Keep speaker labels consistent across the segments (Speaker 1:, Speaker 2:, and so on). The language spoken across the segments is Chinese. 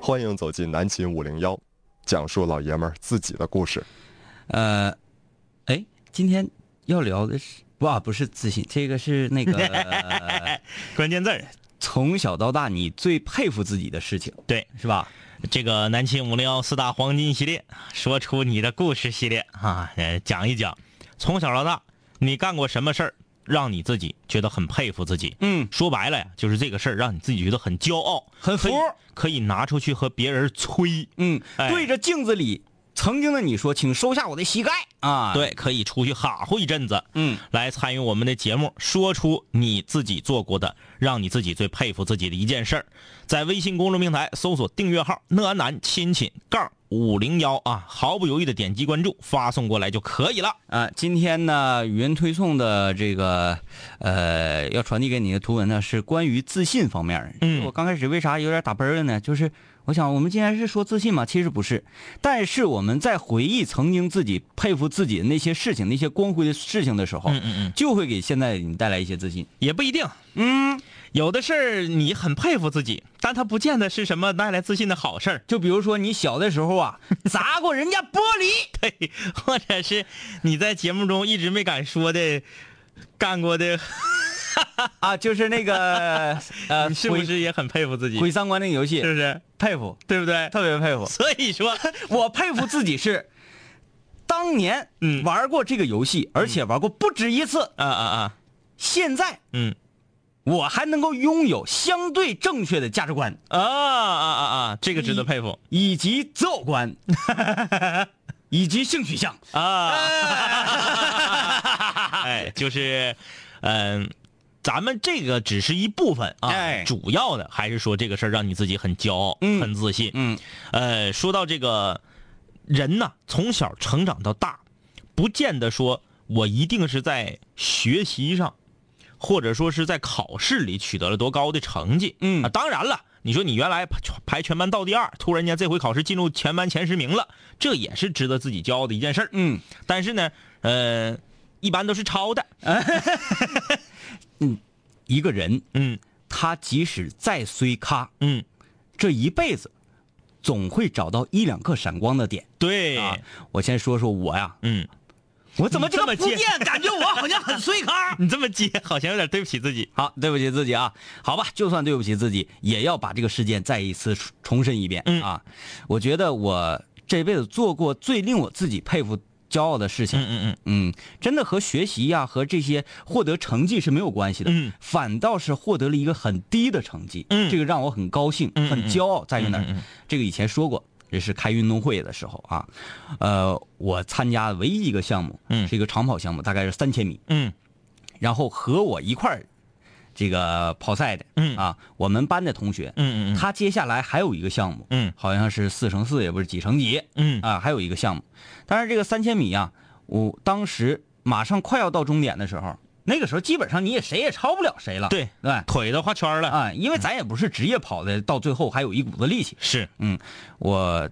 Speaker 1: 欢迎走进南秦五零幺，讲述老爷们儿自己的故事。
Speaker 2: 呃，哎，今天要聊的是不、啊、不是自信，这个是那个、呃
Speaker 3: 关键字儿，
Speaker 2: 从小到大你最佩服自己的事情，
Speaker 3: 对，
Speaker 2: 是吧？
Speaker 3: 这个南秦五零幺四大黄金系列，说出你的故事系列啊，呃，讲一讲从小到大你干过什么事儿，让你自己觉得很佩服自己。
Speaker 2: 嗯，
Speaker 3: 说白了呀，就是这个事儿让你自己觉得很骄傲，
Speaker 2: 很
Speaker 3: 可以
Speaker 2: 服
Speaker 3: 可以拿出去和别人吹。
Speaker 2: 嗯，
Speaker 3: 哎
Speaker 2: 对着镜子里曾经的你说，请收下我的膝盖啊！，
Speaker 3: 对，可以出去哈呼一阵子，
Speaker 2: 嗯，
Speaker 3: 来参与我们的节目，说出你自己做过的让你自己最佩服自己的一件事儿。在微信公众平台搜索订阅号“讷安南亲亲杠五零幺”啊，毫不犹豫的点击关注，发送过来就可以了。
Speaker 2: 啊，今天呢，语音推送的这个呃，要传递给你的图文呢，是关于自信方面儿。
Speaker 3: 嗯
Speaker 2: 我刚开始为啥有点打喷了呢？就是我想，我们今天是说自信嘛，其实不是，但是我们在回忆曾经自己佩服自己的那些事情、那些光辉的事情的时候，
Speaker 3: 嗯嗯，
Speaker 2: 就会给现在的你带来一些自信。
Speaker 3: 也不一定，嗯，有的事儿你很佩服自己，但它不见得是什么带来自信的好事儿。
Speaker 2: 就比如说你小的时候啊，砸过人家玻 璃，
Speaker 3: 对，或者是你在节目中一直没敢说的，干过的，
Speaker 2: 啊，就是那个呃，
Speaker 3: 你是不是也很佩服自己
Speaker 2: 毁？毁三观那个游戏
Speaker 3: 是，不是？
Speaker 2: 佩服，
Speaker 3: 对不对？
Speaker 2: 特别佩服。
Speaker 3: 所以说，
Speaker 2: 我佩服自己是，当年
Speaker 3: 嗯
Speaker 2: 玩过这个游戏，而且玩过不止一次。
Speaker 3: 啊啊啊，
Speaker 2: 现在
Speaker 3: 嗯，
Speaker 2: 我还能够拥有相对正确的价值观
Speaker 3: 啊啊啊啊，这个值得佩服
Speaker 2: 以及择偶 观，以及性取向。
Speaker 3: 啊！哎，就是，嗯、咱们这个只是一部分啊，
Speaker 2: 哎
Speaker 3: 主要的还是说这个事儿让你自己很骄傲，
Speaker 2: 嗯
Speaker 3: 很自信。
Speaker 2: 嗯
Speaker 3: 呃，说到这个人呐，从小成长到大，不见得说我一定是在学习上，或者说是在考试里取得了多高的成绩。
Speaker 2: 嗯
Speaker 3: 啊，当然了，你说你原来排排全班倒第二，突然间这回考试进入全班前十名了，这也是值得自己骄傲的一件事儿。
Speaker 2: 嗯
Speaker 3: 但是呢，呃，一般都是抄的。
Speaker 2: 一个人
Speaker 3: 嗯
Speaker 2: 他即使再衰咖，
Speaker 3: 嗯，
Speaker 2: 这一辈子总会找到一两个闪光的点
Speaker 3: 对，
Speaker 2: 啊。我先说说我呀，
Speaker 3: 嗯，
Speaker 2: 我怎么
Speaker 3: 你
Speaker 2: 这
Speaker 3: 这
Speaker 2: 么
Speaker 3: 么
Speaker 2: 铺
Speaker 3: 贱
Speaker 2: 垫，感觉我好像很衰咖。
Speaker 3: 你这么接好像有点对不起自己。
Speaker 2: 好，对不起自己啊，好吧，就算对不起自己，也要把这个事件再一次重重申一遍
Speaker 3: 嗯
Speaker 2: 啊！我觉得我这辈子做过最令我自己佩服、骄傲的事情，
Speaker 3: 嗯嗯
Speaker 2: 嗯真的和学习呀、啊和这些获得成绩是没有关系的，
Speaker 3: 嗯
Speaker 2: 反倒是获得了一个很低的成绩，
Speaker 3: 嗯
Speaker 2: 这个让我很高兴、
Speaker 3: 嗯嗯
Speaker 2: 很骄傲，在于哪儿？
Speaker 3: 嗯嗯嗯
Speaker 2: 这个以前说过。这是开运动会的时候啊，呃，我参加唯一一个项目，
Speaker 3: 嗯
Speaker 2: 是一个长跑项目，大概是三千米，
Speaker 3: 嗯
Speaker 2: 然后和我一块儿这个跑赛的，
Speaker 3: 嗯
Speaker 2: 啊，我们班的同学，
Speaker 3: 嗯嗯嗯
Speaker 2: 他接下来还有一个项目，
Speaker 3: 嗯
Speaker 2: 好像是四乘四，也不是几乘几
Speaker 3: 嗯
Speaker 2: 啊，还有一个项目。但是这个三千米啊，我当时马上快要到终点的时候，那个时候基本上你也谁也超不了谁了，
Speaker 3: 对
Speaker 2: 对吧
Speaker 3: 腿都画圈了。
Speaker 2: 啊，因为咱也不是职业跑的，到最后还有一股子力气。
Speaker 3: 是，
Speaker 2: 我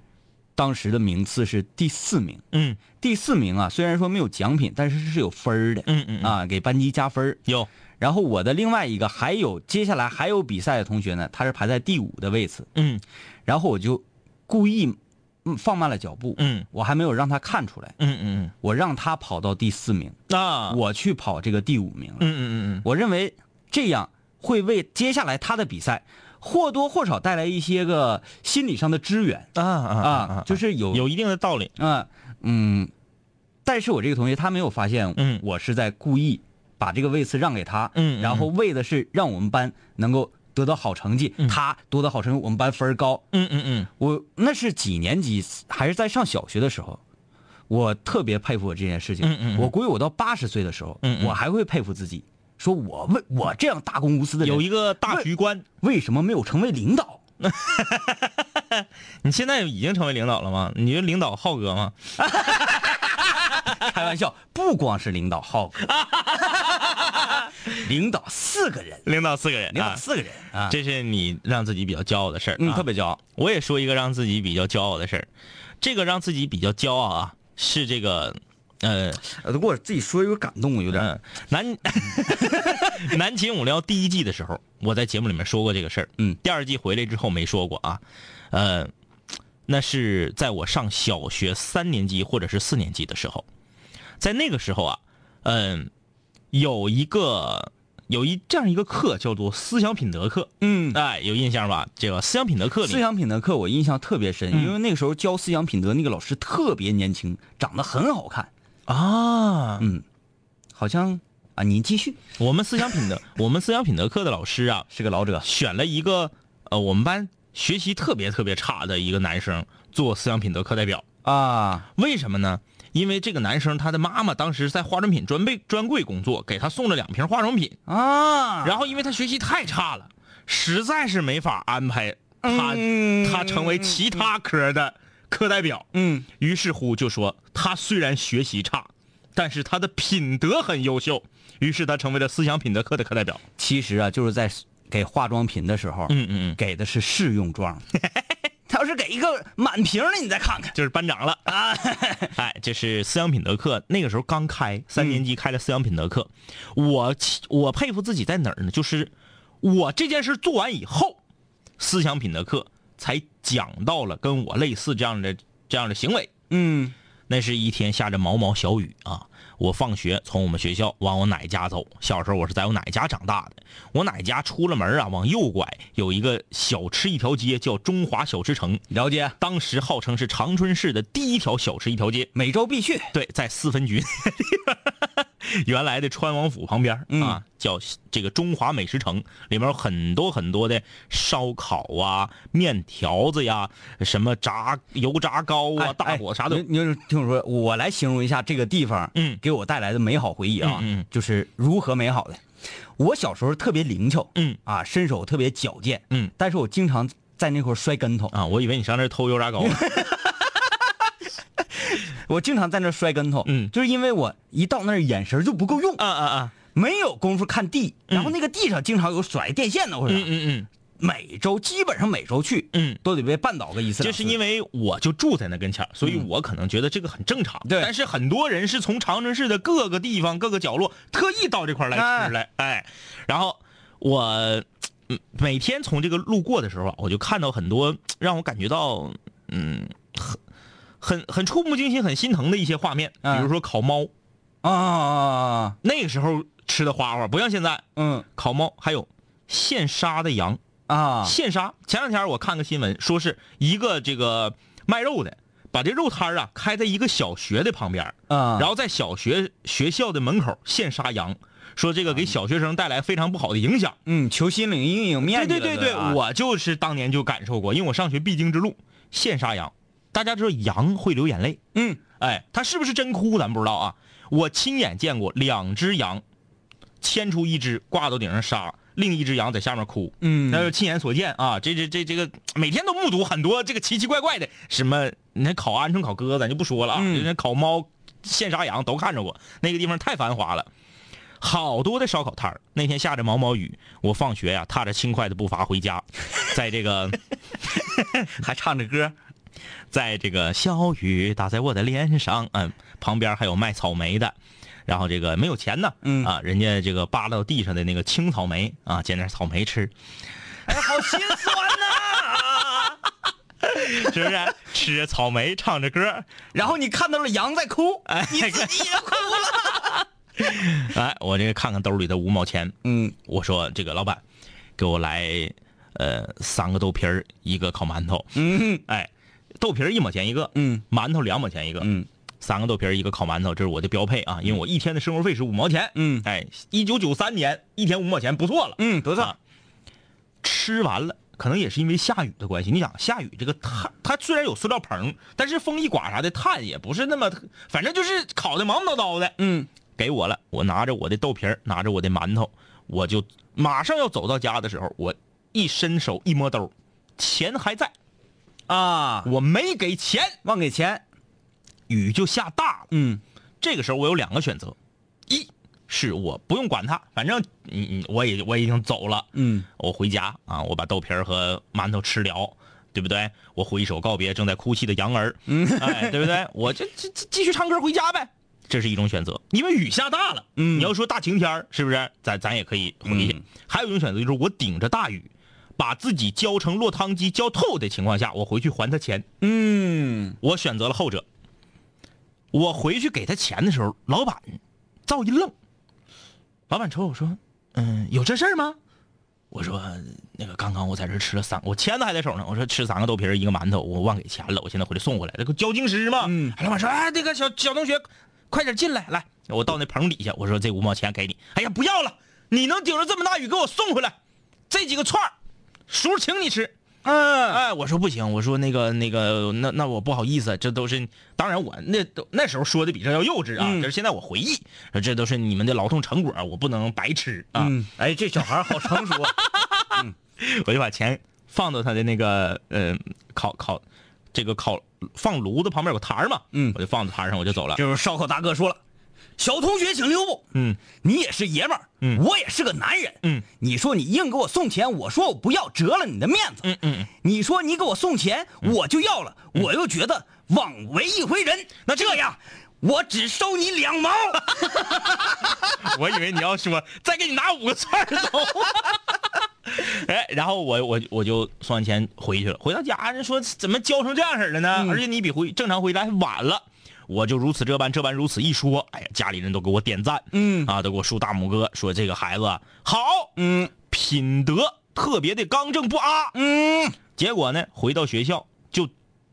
Speaker 2: 当时的名次是第四名，
Speaker 3: 嗯
Speaker 2: 第四名啊，虽然说没有奖品，但是是有分儿的，
Speaker 3: 嗯嗯，
Speaker 2: 啊，给班级加分儿。
Speaker 3: 有，
Speaker 2: 然后我的另外一个还有接下来还有比赛的同学呢，他是排在第五的位次，
Speaker 3: 嗯
Speaker 2: 然后我就故意嗯放慢了脚步，
Speaker 3: 嗯
Speaker 2: 我还没有让他看出来，
Speaker 3: 嗯嗯
Speaker 2: 我让他跑到第四名，
Speaker 3: 嗯，啊，
Speaker 2: 我去跑这个第五名了。
Speaker 3: 嗯嗯嗯
Speaker 2: 我认为这样会为接下来他的比赛或多或少带来一些个心理上的支援
Speaker 3: 嗯，啊啊
Speaker 2: 啊，就是有
Speaker 3: 有一定的道理。
Speaker 2: 啊嗯，但是我这个同学他没有发现，
Speaker 3: 嗯
Speaker 2: 我是在故意把这个位次让给他，
Speaker 3: 嗯嗯
Speaker 2: 然后为的是让我们班能够得到好成绩，他夺得好成绩，我们班分儿高。
Speaker 3: 嗯嗯嗯，
Speaker 2: 我那是几年级，还是在上小学的时候，我特别佩服我这件事情。
Speaker 3: 嗯嗯嗯
Speaker 2: 我估计我到八十岁的时候，
Speaker 3: 嗯嗯
Speaker 2: 我还会佩服自己，说我为我这样大公无私的人，
Speaker 3: 有一个大局观。
Speaker 2: 为什么没有成为领导？
Speaker 3: 你现在已经成为领导了吗？你就领导浩哥吗？
Speaker 2: 开玩笑，不光是领导浩哥，领导四个人，
Speaker 3: 领导四个人，啊
Speaker 2: 领导四个人啊，
Speaker 3: 这是你让自己比较骄傲的事儿。
Speaker 2: 嗯特别骄傲。
Speaker 3: 我也说一个让自己比较骄傲的事儿，这个让自己比较骄傲啊，是这个，呃，
Speaker 2: 呃，给我自己说有感动，有点
Speaker 3: 嗯，南 南秦五聊第一季的时候，我在节目里面说过这个事儿。
Speaker 2: 嗯，
Speaker 3: 第二季回来之后没说过啊。呃，那是在我上小学三年级或者是四年级的时候，在那个时候啊，嗯、有一个有一这样一个课叫做思想品德课，
Speaker 2: 嗯，
Speaker 3: 哎，有印象吧？这个思想品德课里
Speaker 2: 思想品德课我印象特别深，因为那个时候教思想品德那个老师特别年轻，长得很好看，
Speaker 3: 啊，
Speaker 2: 嗯，好像啊，你继续
Speaker 3: 我们思想 品德，我们思想品德课的老师啊，
Speaker 2: 是个老者，
Speaker 3: 选了一个呃，我们班学习特别特别差的一个男生做思想品德课代表。
Speaker 2: 啊，
Speaker 3: 为什么呢？因为这个男生他的妈妈当时在化妆品专备专柜工作，给他送了两瓶化妆品。
Speaker 2: 啊，
Speaker 3: 然后因为他学习太差了，实在是没法安排他、
Speaker 2: 嗯
Speaker 3: 他成为其他科的课代表。
Speaker 2: 嗯，
Speaker 3: 于是乎就说他虽然学习差，但是他的品德很优秀，于是他成为了思想品德课的课代表。
Speaker 2: 其实啊，就是在给化妆品的时候，
Speaker 3: 嗯嗯嗯，
Speaker 2: 给的是试用装，他要是给一个满瓶的，你再看看
Speaker 3: 就是班长了啊！ 哎，这是思想品德课，那个时候刚开，三年级开的思想品德课。我其我佩服自己在哪儿呢？就是我这件事做完以后，思想品德课才讲到了跟我类似这样的这样的行为。
Speaker 2: 嗯，
Speaker 3: 那是一天下着毛毛小雨啊，我放学从我们学校往我奶家走。小时候我是在我奶家长大的，我奶家出了门啊，往右拐有一个小吃一条街，叫中华小吃城。
Speaker 2: 了解，
Speaker 3: 当时号称是长春市的第一条小吃一条街，
Speaker 2: 每周必去，
Speaker 3: 对，在四分局 原来的川王府旁边儿
Speaker 2: 嗯
Speaker 3: 啊，叫这个中华美食城，里面有很多很多的烧烤啊、面条子呀、什么炸油炸糕啊、
Speaker 2: 哎
Speaker 3: 大火啥都有
Speaker 2: 哎。你你听我说，我来形容一下这个地方，
Speaker 3: 嗯
Speaker 2: 给我带来的美好回忆啊，
Speaker 3: 嗯嗯嗯
Speaker 2: 就是如何美好的。我小时候特别灵巧，
Speaker 3: 嗯
Speaker 2: 啊，身手特别矫健，
Speaker 3: 嗯，
Speaker 2: 但是我经常在那块儿摔跟头，
Speaker 3: 啊，我以为你上那儿偷油炸糕 呢。
Speaker 2: 我经常在那儿摔跟头，
Speaker 3: 嗯
Speaker 2: 就是因为我一到那儿眼神就不够用，
Speaker 3: 啊啊啊！
Speaker 2: 没有功夫看地，然后那个地上经常有甩电线的或者啥，
Speaker 3: 嗯嗯
Speaker 2: 每周基本上每周去，
Speaker 3: 嗯嗯，
Speaker 2: 都得被绊倒个一次
Speaker 3: 就
Speaker 2: 两次，嗯
Speaker 3: 是因为我就住在那跟前儿所以我可能觉得这个很正常。
Speaker 2: 对
Speaker 3: 但是很多人是从长春市的各个地方、各个角落特意到这块儿来
Speaker 2: 哎
Speaker 3: 吃来，哎，然后我嗯每天从这个路过的时候啊，我就看到很多让我感觉到嗯很很很触目惊心、很心疼的一些画面，比
Speaker 2: 嗯
Speaker 3: 如说烤猫，
Speaker 2: 啊啊啊啊啊，
Speaker 3: 那个时候吃的花花不像现在，
Speaker 2: 嗯
Speaker 3: 烤猫还有现杀的羊。
Speaker 2: 啊，
Speaker 3: 现杀。前两天我看个新闻，说是一个这个卖肉的，把这肉摊儿啊开在一个小学的旁边儿，
Speaker 2: 啊，
Speaker 3: 然后在小学学校的门口现杀羊，
Speaker 2: 啊
Speaker 3: 说这个给小学生带来非常不好的影响。
Speaker 2: 嗯，求心灵阴影面
Speaker 3: 对
Speaker 2: 积
Speaker 3: 对对对，
Speaker 2: 啊
Speaker 3: 我就是当年就感受过，因为我上学必经之路，现杀羊。大家知道羊会流眼泪，
Speaker 2: 嗯
Speaker 3: 哎，它是不是真哭咱不知道啊。我亲眼见过两只羊，牵出一只挂到顶上杀，另一只羊在下面哭。那
Speaker 2: 嗯
Speaker 3: 是亲眼所见啊！这这这这个每天都目睹很多这个奇奇怪怪的，什么那烤鹌鹑、烤鸽子，咱就不说了啊，
Speaker 2: 嗯
Speaker 3: 就那烤猫、现杀羊都看着过，那个地方太繁华了。好多的烧烤摊儿，那天下着毛毛雨，我放学呀、踏着轻快的步伐回家，在 这个，
Speaker 2: 还唱着歌，
Speaker 3: 在这个小雨打在我的脸上，嗯，旁边还有卖草莓的，然后这个没有钱呢，
Speaker 2: 嗯
Speaker 3: 啊，人家这个扒拉到地上的那个青草莓啊，捡点草莓吃，
Speaker 2: 哎，好心酸呐、
Speaker 3: 是不是？吃着草莓，唱着歌，
Speaker 2: 然后你看到了羊在哭，你自己也哭了。
Speaker 3: 哎，我这个看看兜里的五毛钱，
Speaker 2: 嗯
Speaker 3: 我说这个老板，给我来呃三个豆皮儿，一个烤馒头，
Speaker 2: 嗯
Speaker 3: 哎，豆皮儿一毛钱一个，
Speaker 2: 嗯
Speaker 3: 馒头两毛钱一个，
Speaker 2: 嗯，
Speaker 3: 三个豆皮儿一个烤馒头，这是我的标配啊，因为我一天的生活费是五毛钱，
Speaker 2: 嗯
Speaker 3: 哎，一九九三年一天五毛钱不错了，
Speaker 2: 嗯，不错、
Speaker 3: 啊吃完了。可能也是因为下雨的关系，你想下雨这个碳，它虽然有塑料棚，但是风一刮啥的碳也不是那么，反正就是烤的忙忙叨叨的。
Speaker 2: 嗯
Speaker 3: 给我了，我拿着我的豆皮儿，拿着我的馒头，我就马上要走到家的时候，我一伸手一摸兜，钱还在，
Speaker 2: 啊，
Speaker 3: 我没给钱，
Speaker 2: 忘给钱。
Speaker 3: 雨就下大了。
Speaker 2: 嗯
Speaker 3: 这个时候我有两个选择，一是我不用管它，反正嗯嗯我也我已经走了，
Speaker 2: 嗯
Speaker 3: 我回家啊，我把豆皮儿和馒头吃了。对不对？我挥手告别正在哭泣的羊儿，哎，对不对？我就继继继续唱歌回家呗，这是一种选择。因为雨下大了，
Speaker 2: 嗯
Speaker 3: 你要说大晴天儿是不是？咱咱也可以回去。还有一种选择就是我顶着大雨，把自己浇成落汤鸡、浇透的情况下，我回去还他钱。
Speaker 2: 嗯，
Speaker 3: 我选择了后者。我回去给他钱的时候，老板照一愣。老板瞅我说：“嗯，有这事儿吗？”我说：“那个刚刚我在这儿吃了三，我签子还在手呢。我说吃三个豆皮儿一个馒头，我忘给钱了，我现在回来送回来。这个交京师嘛。
Speaker 2: 嗯
Speaker 3: 老板说：“哎，这个小小同学，快点进来，来，我到那棚底下，我说这五毛钱给你。哎呀，不要了，你能顶着这么大雨给我送回来？这几个串儿，叔请你吃。”
Speaker 2: 嗯，
Speaker 3: 哎，我说不行，我说那个那个，那那我不好意思，这都是当然我那都那时候说的比这要幼稚啊，
Speaker 2: 嗯
Speaker 3: 这是现在我回忆，这都是你们的劳动成果，我不能白吃啊。
Speaker 2: 嗯
Speaker 3: 哎，这小孩好成
Speaker 2: 啊
Speaker 3: 熟，我就把钱放到他的那个呃烤烤这个烤放炉子旁边有个台儿嘛，
Speaker 2: 嗯
Speaker 3: 我就放到台儿上我就走了。
Speaker 2: 这时候烧烤大哥说了：“小同学，请留步。
Speaker 3: 嗯，
Speaker 2: 你也是爷们儿，
Speaker 3: 嗯
Speaker 2: 我也是个男人，
Speaker 3: 嗯，
Speaker 2: 你说你硬给我送钱，我说我不要，折了你的面子，
Speaker 3: 嗯嗯，
Speaker 2: 你说你给我送钱，我就要了，我又觉得枉为一回人，那这样，我只收你两毛。
Speaker 3: 我以为你要说再给你拿五个串儿走。 哎，然后我我我就送完钱回去了。回到家，人说怎么教成这样式儿的
Speaker 2: 嗯
Speaker 3: 呢？而且你比回正常回来还晚了。我就如此这般这般如此一说，哎呀，家里人都给我点赞，
Speaker 2: 嗯
Speaker 3: 啊，都给我竖大拇哥，说这个孩子好，
Speaker 2: 嗯
Speaker 3: 品德特别的刚正不阿。
Speaker 2: 嗯，
Speaker 3: 结果呢，回到学校就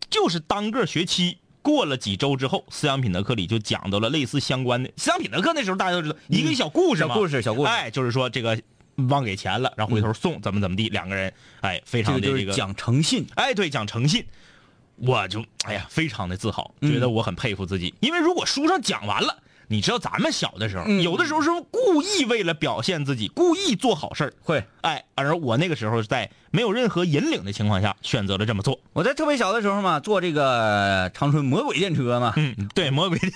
Speaker 3: 就是单个学期。过了几周之后，思想品德课里就讲到了类似相关的思想品德课。那时候大家都知道一个小故事嘛，
Speaker 2: 嗯小故事小故事
Speaker 3: 哎，就是说这个忘给钱了，然后回头送怎么怎么地，两个人哎，非
Speaker 2: 嗯这
Speaker 3: 常
Speaker 2: 个
Speaker 3: 的
Speaker 2: 就
Speaker 3: 这
Speaker 2: 是
Speaker 3: 个，
Speaker 2: 讲诚信，
Speaker 3: 哎，对，讲诚信，我就哎呀，非常的自豪，
Speaker 2: 嗯
Speaker 3: 觉得我很佩服自己，因为如果书上讲完了。你知道咱们小的时候，
Speaker 2: 嗯
Speaker 3: 有的时候是故意为了表现自己，故意做好事儿，
Speaker 2: 会。
Speaker 3: 哎，而我那个时候在没有任何引领的情况下，选择了这么做。
Speaker 2: 我在特别小的时候嘛，坐这个长春魔鬼电车嘛，
Speaker 3: 嗯，对，魔鬼店，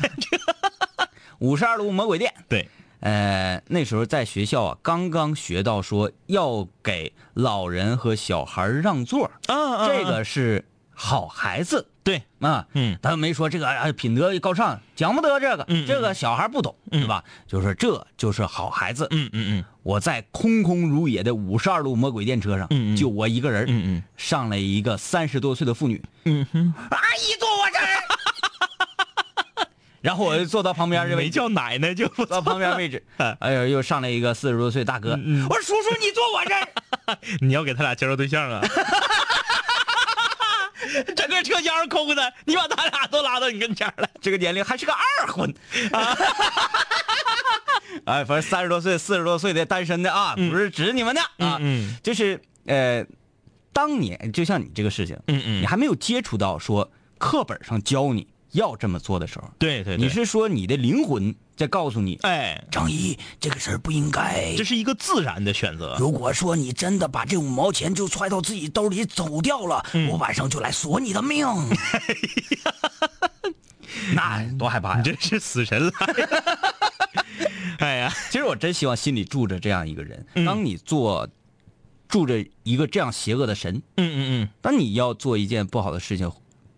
Speaker 2: 五十二路魔鬼店，
Speaker 3: 对，
Speaker 2: 呃，那时候在学校啊，刚刚学到说要给老人和小孩让座，
Speaker 3: 啊
Speaker 2: 这个是好孩子
Speaker 3: 对，
Speaker 2: 啊。
Speaker 3: 嗯
Speaker 2: 他没说这个哎品德高尚，讲不得这个，
Speaker 3: 嗯嗯
Speaker 2: 这个小孩不懂，对吧？就是这就是好孩子。
Speaker 3: 嗯嗯
Speaker 2: 我在空空如也的五十二路魔鬼电车上，
Speaker 3: 嗯嗯
Speaker 2: 就我一个人，
Speaker 3: 嗯嗯
Speaker 2: 上来一个三十多岁的妇女，
Speaker 3: 嗯嗯
Speaker 2: 阿姨坐我这儿，然后
Speaker 3: 哎
Speaker 2: 我就坐到旁边这
Speaker 3: 哼，
Speaker 2: 位
Speaker 3: 没叫奶奶就不
Speaker 2: 到旁边位置
Speaker 3: 嗯，
Speaker 2: 哎呦，又上来一个四十多岁大哥，
Speaker 3: 嗯嗯
Speaker 2: 我说叔叔你坐我这儿，
Speaker 3: 你要给他俩介绍对象啊。整个车厢空的，你把他俩都拉到你跟前来。
Speaker 2: 这个年龄还是个二婚，啊 哎，反正三十多岁、四十多岁的单身的啊，不是指你们的啊，
Speaker 3: 嗯
Speaker 2: 就是呃，当年就像你这个事情，
Speaker 3: 嗯
Speaker 2: 你，还没有接触到说课本上教你要这么做的时候，
Speaker 3: 对对对，
Speaker 2: 你是说你的灵魂在告诉你，
Speaker 3: 哎，
Speaker 2: 张一这个事儿不应该
Speaker 3: 这。是一个自然的选择。
Speaker 2: 如果说你真的把这五毛钱就揣到自己兜里走掉了，我晚上就来索你的 命。那哎多害怕
Speaker 3: 你
Speaker 2: 呀！
Speaker 3: 真是死神来了。哎呀，
Speaker 2: 其实我真希望心里住着这样一个人，当你做住着一个这样邪恶的神，
Speaker 3: 嗯嗯
Speaker 2: 当你要做一件不好的事情，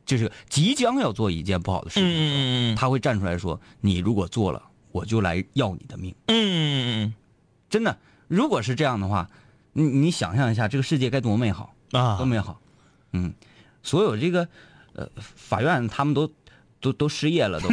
Speaker 2: 就是即将要做一件不好的事情，
Speaker 3: 嗯嗯嗯
Speaker 2: 他会站出来说：“你如果做了，我就来要你的命。”
Speaker 3: 嗯嗯
Speaker 2: 真的，如果是这样的话，你你想象一下，这个世界该多美好，
Speaker 3: 嗯啊
Speaker 2: 多美好！嗯，所有这个呃法院他们都都都失业 了，都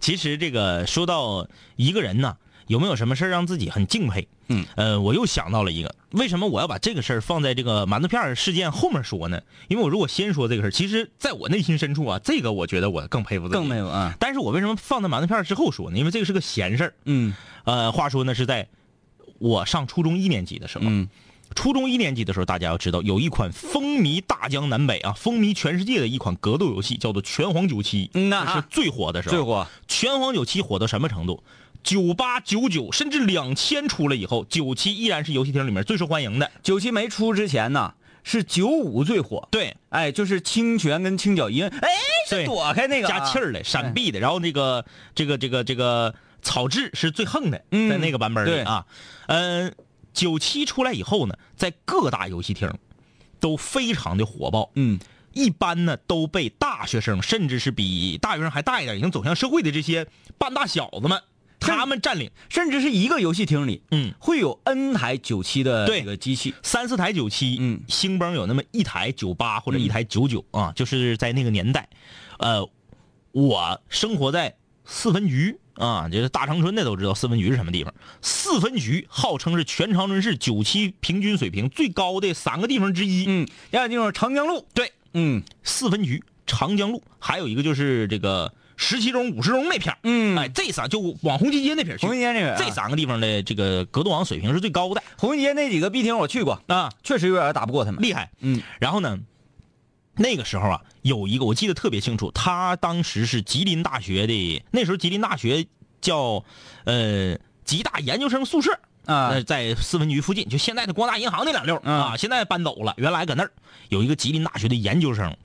Speaker 3: 其实这个说到一个人呢，有没有什么事儿让自己很敬佩？
Speaker 2: 嗯，
Speaker 3: 呃，我又想到了一个，为什么我要把这个事儿放在这个馒头片儿事件后面说呢？因为我如果先说这个事儿，其实在我内心深处啊，这个我觉得我更佩服自己。
Speaker 2: 更没有啊。
Speaker 3: 但是我为什么放在馒头片儿之后说呢？因为这个是个闲事儿。
Speaker 2: 嗯
Speaker 3: 呃，话说呢，是在我上初中一年级的时候，
Speaker 2: 嗯
Speaker 3: 初中一年级的时候，大家要知道有一款风靡大江南北啊，风靡全世界的一款格斗游戏，叫做《拳皇九七》，
Speaker 2: 嗯呐
Speaker 3: 这是最火的时候。
Speaker 2: 最火
Speaker 3: 拳皇九七火到什么程度？九八、九九甚至两千出来以后，九七依然是游戏厅里面最受欢迎的。
Speaker 2: 九七没出之前呢，是九五最火，
Speaker 3: 对，
Speaker 2: 哎，就是轻拳跟轻脚一摁，哎，是
Speaker 3: 对
Speaker 2: 躲开那个、啊
Speaker 3: 加气
Speaker 2: 儿。
Speaker 3: 儿的、闪避的，然后那个这个这个这个草治是最横的，
Speaker 2: 嗯
Speaker 3: 在那个版本里
Speaker 2: 对
Speaker 3: 啊。嗯，九七出来以后呢，在各大游戏厅都非常的火爆。
Speaker 2: 嗯，
Speaker 3: 一般呢都被大学生，甚至是比大学生还大一点，已经走向社会的这些半大小子们，他们占领，
Speaker 2: 甚至是一个游戏厅里
Speaker 3: 嗯，
Speaker 2: 会有 N 台九七的
Speaker 3: 对
Speaker 2: 这个机器，
Speaker 3: 三四台九七，
Speaker 2: 嗯
Speaker 3: 兴邦有那么一台九八或者一台九九啊，就是在那个年代，呃，我生活在四分局啊，就是大长春的都知道四分局是什么地方。四分局号称是全长春市九七平均水平最高的三个地方之一。
Speaker 2: 嗯，然后就是长江路，
Speaker 3: 对，
Speaker 2: 嗯
Speaker 3: 四分局、长江路，还有一个就是这个十七中、五十中那片儿
Speaker 2: 嗯，
Speaker 3: 哎，这仨就往红旗街那片儿去
Speaker 2: 红，旗街那边啊，
Speaker 3: 这三个地方的这个格斗王水平是最高的
Speaker 2: 红旗街那几个 B 厅我去过，
Speaker 3: 啊，
Speaker 2: 确实有点打不过他们，
Speaker 3: 厉害。
Speaker 2: 嗯
Speaker 3: 然后呢，那个时候啊，有一个我记得特别清楚，他当时是吉林大学的，那时候吉林大学叫呃吉大研究生宿舍，
Speaker 2: 啊
Speaker 3: 呃，在四分局附近，就现在的光大银行那两溜儿
Speaker 2: 啊
Speaker 3: 啊，现在搬走了，原来搁那儿有一个吉林大学的研究生。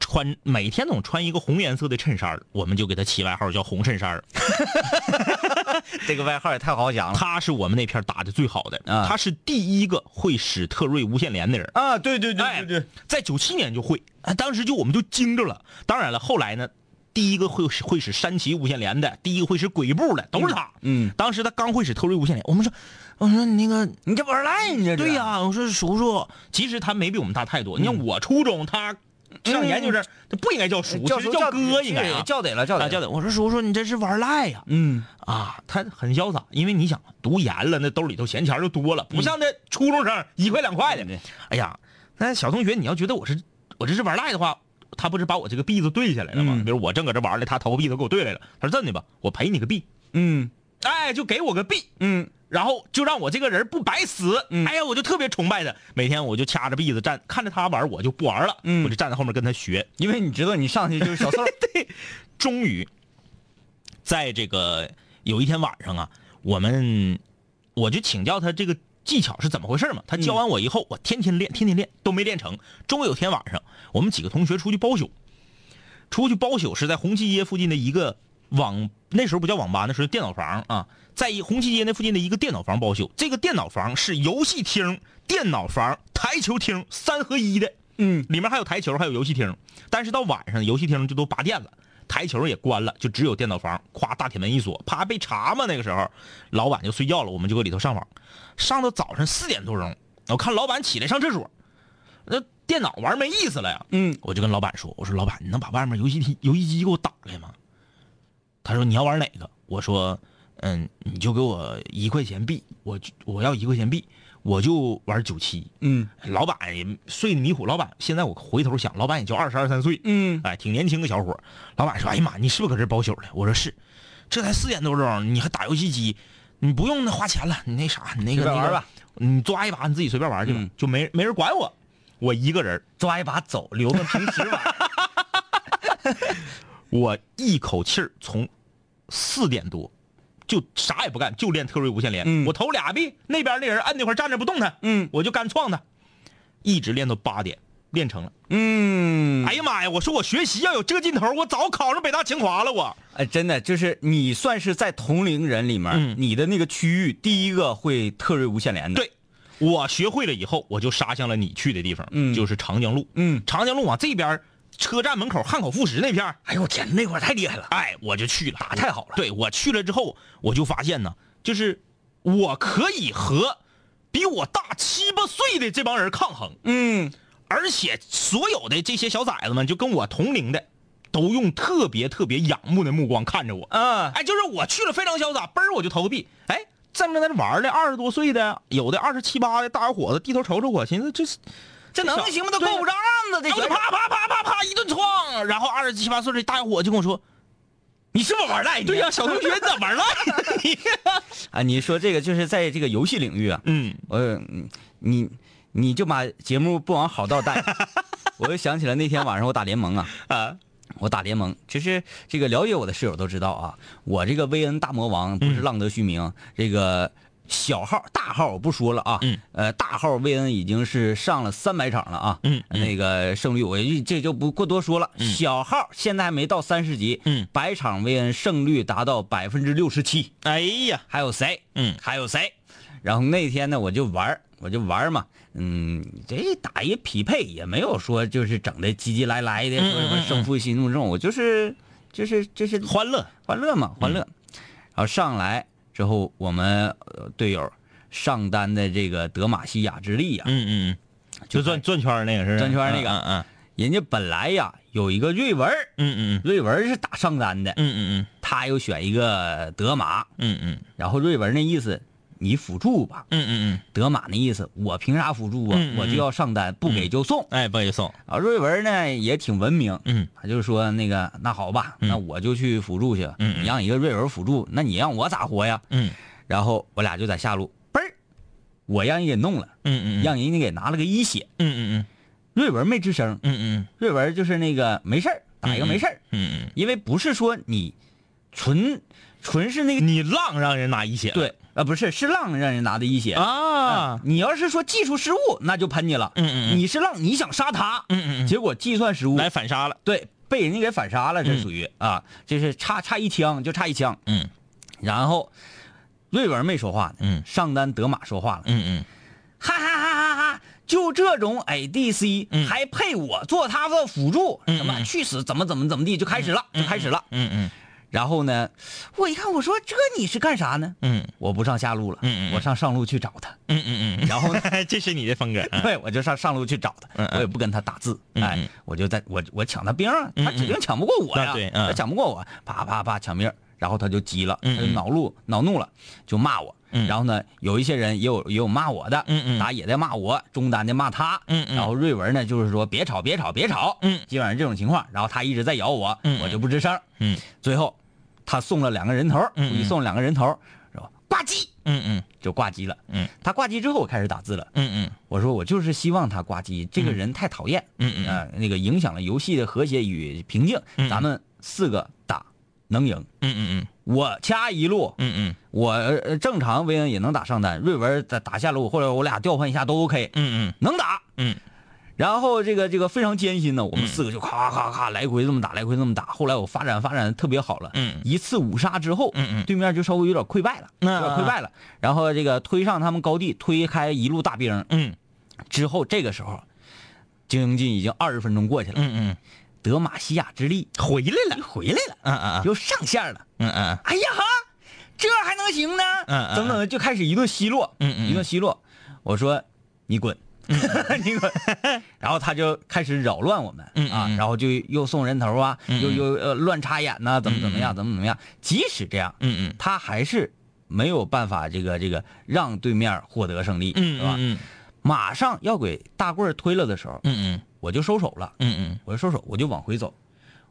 Speaker 3: 穿每天总穿一个红颜色的衬衫儿我们就给他起外号叫红衬衫儿
Speaker 2: 啊这个外号也太好想了
Speaker 3: 他是我们那片儿打的最好的，
Speaker 2: 啊
Speaker 3: 他是第一个会使特瑞无线连的人。
Speaker 2: 啊！对对
Speaker 3: 哎，在九七年就会，啊当时就我们就惊着了。当然了，后来呢，第一个会会使山崎无线连的，第一个会使鬼步的，都是他。
Speaker 2: 嗯嗯
Speaker 3: 当时他刚会使特瑞无线连，我们说，我说你那个，
Speaker 2: 你这玩儿赖你这是啊
Speaker 3: 对呀、我说叔叔，其实他没比我们大太多。你
Speaker 2: 嗯
Speaker 3: 看我初中，他上研究生，他不应该叫叔，
Speaker 2: 叫
Speaker 3: 其实
Speaker 2: 叔
Speaker 3: 叫
Speaker 2: 叫
Speaker 3: 哥应该啊，
Speaker 2: 叫得了叫
Speaker 3: 啊
Speaker 2: 得
Speaker 3: 叫
Speaker 2: 了，
Speaker 3: 的。我说叔叔，你这是玩赖呀、
Speaker 2: 嗯
Speaker 3: 啊，他很潇洒，因为你想读研了，那兜里头闲钱儿就多了，不像那初中生一块两块的。
Speaker 2: 嗯对
Speaker 3: 哎呀，那小同学，你要觉得我是我这是玩赖的话，他不是把我这个币子兑下来了吗？
Speaker 2: 嗯
Speaker 3: 比如我正搁这玩呢，他投个币子给我兑来了，他说这么的吧，我赔你个币，
Speaker 2: 嗯
Speaker 3: 哎，就给我个币。
Speaker 2: 嗯
Speaker 3: 然后就让我这个人不白死，
Speaker 2: 嗯
Speaker 3: 哎呀，我就特别崇拜他。每天我就掐着币子站，看着他玩，我就不玩了，
Speaker 2: 嗯
Speaker 3: 我就站在后面跟他学。
Speaker 2: 因为你知道你上去就是小四儿，
Speaker 3: 终于，在这个有一天晚上啊，我们我就请教他这个技巧是怎么回事嘛。他教完我以后，我天天练，天天练都没练成。终于有天晚上，我们几个同学出去包宿，出去包宿是在红旗街附近的一个网，那时候不叫网吧，那时候电脑房啊，在一红旗街那附近的一个电脑房包宿。这个电脑房是游戏厅、电脑房、台球厅三合一的。
Speaker 2: 嗯
Speaker 3: 里面还有台球，还有游戏厅。但是到晚上，游戏厅就都拔电了，台球也关了，就只有电脑房。咵，大铁门一锁，啪被查嘛。那个时候，老板就睡觉了，我们就搁里头上网，上到早上四点多钟。我看老板起来上厕所，那电脑玩没意思了呀。
Speaker 2: 嗯，
Speaker 3: 我就跟老板说：“我说老板，你能把外面游戏机游戏机给我打开吗？”他说：“你要玩哪个？”我说：“嗯，你就给我一块钱币，我就我要一块钱币，我就玩九七。”
Speaker 2: 嗯
Speaker 3: 老板也睡得迷糊。老板，现在我回头想，老板也就二十二三岁，
Speaker 2: 嗯
Speaker 3: 哎，挺年轻个小伙儿。老板说：“哎呀妈，你是不是搁这儿包宿了？”我说：“是。”这才四点多钟，你还打游戏机，你不用那花钱了，你那啥，你那个
Speaker 2: 随便玩
Speaker 3: 那个
Speaker 2: 吧
Speaker 3: 你抓一把你自己随便玩去吧，
Speaker 2: 嗯
Speaker 3: 就没没人管我，我一个人儿，
Speaker 2: 抓一把走，留着平时 玩儿。
Speaker 3: 我一口气儿从四点多。就啥也不干，就练特瑞无线连。
Speaker 2: 嗯
Speaker 3: 我投俩币，那边那人按那块儿站着不动弹，
Speaker 2: 嗯
Speaker 3: 我就干撞他，一直练到八点，练成了。
Speaker 2: 嗯，
Speaker 3: 哎呀妈呀！我说我学习要有这个劲头，我早考上北大清华了我。
Speaker 2: 哎，真的就是你算是在同龄人里面儿，
Speaker 3: 嗯
Speaker 2: 你的那个区域第一个会特瑞无线连的。，
Speaker 3: 对，我学会了以后，我就杀向了你去的地方，
Speaker 2: 嗯
Speaker 3: 就是长江路。
Speaker 2: 嗯
Speaker 3: 长江路往这边儿车站门口汉口副食那片儿
Speaker 2: 哎呦我天，那块儿太厉害了。
Speaker 3: 哎，我就去了，打
Speaker 2: 太好了
Speaker 3: 对我去了之后，我就发现呢，就是我可以和比我大七八岁的这帮人抗衡，
Speaker 2: 嗯
Speaker 3: 而且所有的这些小崽子们，就跟我同龄的，都用特别特别仰慕的目光看着我。
Speaker 2: 啊，
Speaker 3: 哎，就是我去了非常潇洒，嘣儿我就投个币。哎，正在那玩儿的二十多岁的，有的二十七八的大小伙子低头瞅瞅我，寻思这是
Speaker 2: 这能行吗？都够不着案子，这小伙
Speaker 3: 然后就啪啪啪啪啪一顿撞，然后二十七八岁的大小伙就跟我说：“你是不是玩赖？”对呀、小同学你咋玩赖？你
Speaker 2: 啊，你说这个就是在这个游戏领域啊，
Speaker 3: 嗯，
Speaker 2: 我嗯你你就把节目不往好道 带，我就想起来那天晚上我打联盟啊，
Speaker 3: 啊，
Speaker 2: 我打联盟，其实这个了解我的室友都知道啊，我这个薇恩大魔王不是
Speaker 3: 嗯
Speaker 2: 浪得虚名，这个小号大号我不说了啊，
Speaker 3: 嗯
Speaker 2: 呃大号薇恩已经是上了三百场了啊，
Speaker 3: 嗯嗯
Speaker 2: 那个胜率我一这就不过多说了，
Speaker 3: 嗯
Speaker 2: 小号现在还没到三十级，
Speaker 3: 嗯，
Speaker 2: 百场薇恩胜率达到百分之六十七，
Speaker 3: 哎呀，
Speaker 2: 还有谁？
Speaker 3: 嗯
Speaker 2: 还有谁？然后那天呢，我就玩儿我就玩儿嘛，嗯，这打一匹配也没有说就是整的急急来来的，
Speaker 3: 嗯
Speaker 2: 说什么
Speaker 3: 嗯嗯
Speaker 2: 胜负心那么重，我就是就是就是
Speaker 3: 欢乐，
Speaker 2: 欢乐嘛，欢乐。然后上来之后，我们呃队友上单的这个德玛西亚之力啊呀、
Speaker 3: 嗯嗯，嗯就转转圈儿那个是吧
Speaker 2: 转圈儿那个
Speaker 3: 嗯
Speaker 2: 人家本来呀有一个瑞文儿，
Speaker 3: 嗯嗯
Speaker 2: 瑞文儿是打上单的，
Speaker 3: 嗯嗯
Speaker 2: 他又选一个德玛，
Speaker 3: 嗯嗯嗯
Speaker 2: 然后瑞文那意思你辅助吧，
Speaker 3: 嗯嗯嗯，
Speaker 2: 德玛那意思我凭啥辅助啊？
Speaker 3: 嗯嗯嗯
Speaker 2: 我就要上单，不给就送。
Speaker 3: 哎，不给送，
Speaker 2: 啊，瑞文呢也挺文明，
Speaker 3: 嗯
Speaker 2: 他就说那个那好吧，
Speaker 3: 嗯
Speaker 2: 那我就去辅助去。
Speaker 3: 嗯嗯
Speaker 2: 你让一个瑞文辅助，那你让我咋活呀？
Speaker 3: 嗯
Speaker 2: 然后我俩就在下路，嘣儿，我让人给弄了，
Speaker 3: 嗯嗯，
Speaker 2: 让人家给拿了个一血。
Speaker 3: 嗯嗯
Speaker 2: 瑞文没吱声，
Speaker 3: 嗯嗯
Speaker 2: 瑞文就是那个没事儿，打一个没事儿，
Speaker 3: 嗯嗯
Speaker 2: 因为不是说你纯纯是那个
Speaker 3: 嗯，你浪让人拿一血，
Speaker 2: 对啊，不是是浪让人拿的一血。
Speaker 3: 啊，
Speaker 2: 你要是说技术失误，那就喷你了。
Speaker 3: 嗯嗯嗯
Speaker 2: 你是浪，你想杀他，
Speaker 3: 嗯嗯
Speaker 2: 结果计算失误，
Speaker 3: 来反杀了，
Speaker 2: 对，被人家给反杀了，这
Speaker 3: 嗯
Speaker 2: 属于、啊，就是差差一枪，就差一枪。
Speaker 3: 嗯
Speaker 2: 然后瑞文没说话呢，
Speaker 3: 嗯
Speaker 2: 上单德玛说话了，
Speaker 3: 嗯嗯
Speaker 2: 哈哈哈哈哈！就这种 ADC、
Speaker 3: 嗯
Speaker 2: 还配我做他的辅助？
Speaker 3: 嗯
Speaker 2: 什么
Speaker 3: 嗯
Speaker 2: 去死？怎么怎么怎么地？就开始了，就开始了。
Speaker 3: 嗯嗯
Speaker 2: 然后呢，我一看，我说这你是干啥呢？
Speaker 3: 嗯
Speaker 2: 我不上下路了，
Speaker 3: 嗯嗯嗯
Speaker 2: 我上上路去找他。
Speaker 3: 嗯嗯嗯，
Speaker 2: 然后呢，
Speaker 3: 这是你的风格，
Speaker 2: 对，我就上上路去找他
Speaker 3: 嗯，
Speaker 2: 我
Speaker 3: 嗯
Speaker 2: 也不跟他打字，
Speaker 3: 嗯
Speaker 2: 哎
Speaker 3: 嗯，
Speaker 2: 我就在我我抢他兵啊，
Speaker 3: 嗯
Speaker 2: 他指定抢不过我呀，
Speaker 3: 那对嗯
Speaker 2: 他抢不过我，啪啪啪抢兵，然后他就急了，他
Speaker 3: 嗯
Speaker 2: 就
Speaker 3: 嗯
Speaker 2: 恼怒恼怒了，就骂我。
Speaker 3: 嗯
Speaker 2: 然后呢，有一些人也有也有骂我的，
Speaker 3: 嗯嗯
Speaker 2: 打野在骂我，中单的骂他，
Speaker 3: 嗯嗯
Speaker 2: 然后瑞文呢就是说别吵别吵别吵，
Speaker 3: 嗯
Speaker 2: 基本上这种情况，然后他一直在咬我，
Speaker 3: 嗯嗯
Speaker 2: 我就不吱声，
Speaker 3: 嗯
Speaker 2: 最后他送了两个人头，
Speaker 3: 嗯嗯
Speaker 2: 故意送了两个人头，然后挂机
Speaker 3: 嗯嗯
Speaker 2: 就挂机了，
Speaker 3: 嗯，
Speaker 2: 他挂机之后我开始打字了。
Speaker 3: 嗯嗯
Speaker 2: 我说我就是希望他挂机，这个人太讨厌，
Speaker 3: 嗯嗯
Speaker 2: 啊、那个影响了游戏的和谐与平静。
Speaker 3: 嗯
Speaker 2: 咱们四个打能赢，
Speaker 3: 嗯嗯
Speaker 2: 我掐一路，
Speaker 3: 嗯嗯
Speaker 2: 我呃正常维恩也能打上单，瑞文打打下路或者我俩调换一下都 OK，
Speaker 3: 嗯
Speaker 2: 能打。
Speaker 3: 嗯
Speaker 2: 然后这个这个非常艰辛呢，我们四个就咔咔咔来回这么打，来回这么打。后来我发展发展得特别好了，
Speaker 3: 嗯
Speaker 2: 一次五杀之后，
Speaker 3: 嗯嗯
Speaker 2: 对面就稍微有点溃败了，
Speaker 3: 那
Speaker 2: 有点溃败了。然后这个推上他们高地，推开一路大兵，
Speaker 3: 嗯
Speaker 2: 之后，这个时候，京津冀已经二十分钟过去了，
Speaker 3: 嗯嗯，
Speaker 2: 德玛西亚之力
Speaker 3: 回来了，
Speaker 2: 回来了，
Speaker 3: 嗯嗯
Speaker 2: 又上线了。
Speaker 3: 嗯嗯
Speaker 2: 哎呀哈，这还能行呢？
Speaker 3: 嗯嗯
Speaker 2: 等等，就开始一顿奚落，
Speaker 3: 嗯嗯
Speaker 2: 一顿奚落。我说你滚， 你 滚。然后他就开始扰乱我们
Speaker 3: 嗯
Speaker 2: 啊
Speaker 3: 嗯，
Speaker 2: 然后就又送人头啊，
Speaker 3: 嗯
Speaker 2: 又又呃乱插眼呐，怎么怎么样，怎么怎么样。即使这样，
Speaker 3: 嗯嗯
Speaker 2: 他还是没有办法这个这个让对面获得胜利，
Speaker 3: 嗯
Speaker 2: 是吧？
Speaker 3: 嗯
Speaker 2: 马上要给大棍儿推了的时候，
Speaker 3: 嗯
Speaker 2: 我就收手了，
Speaker 3: 嗯嗯
Speaker 2: 我就收手，我就往回走。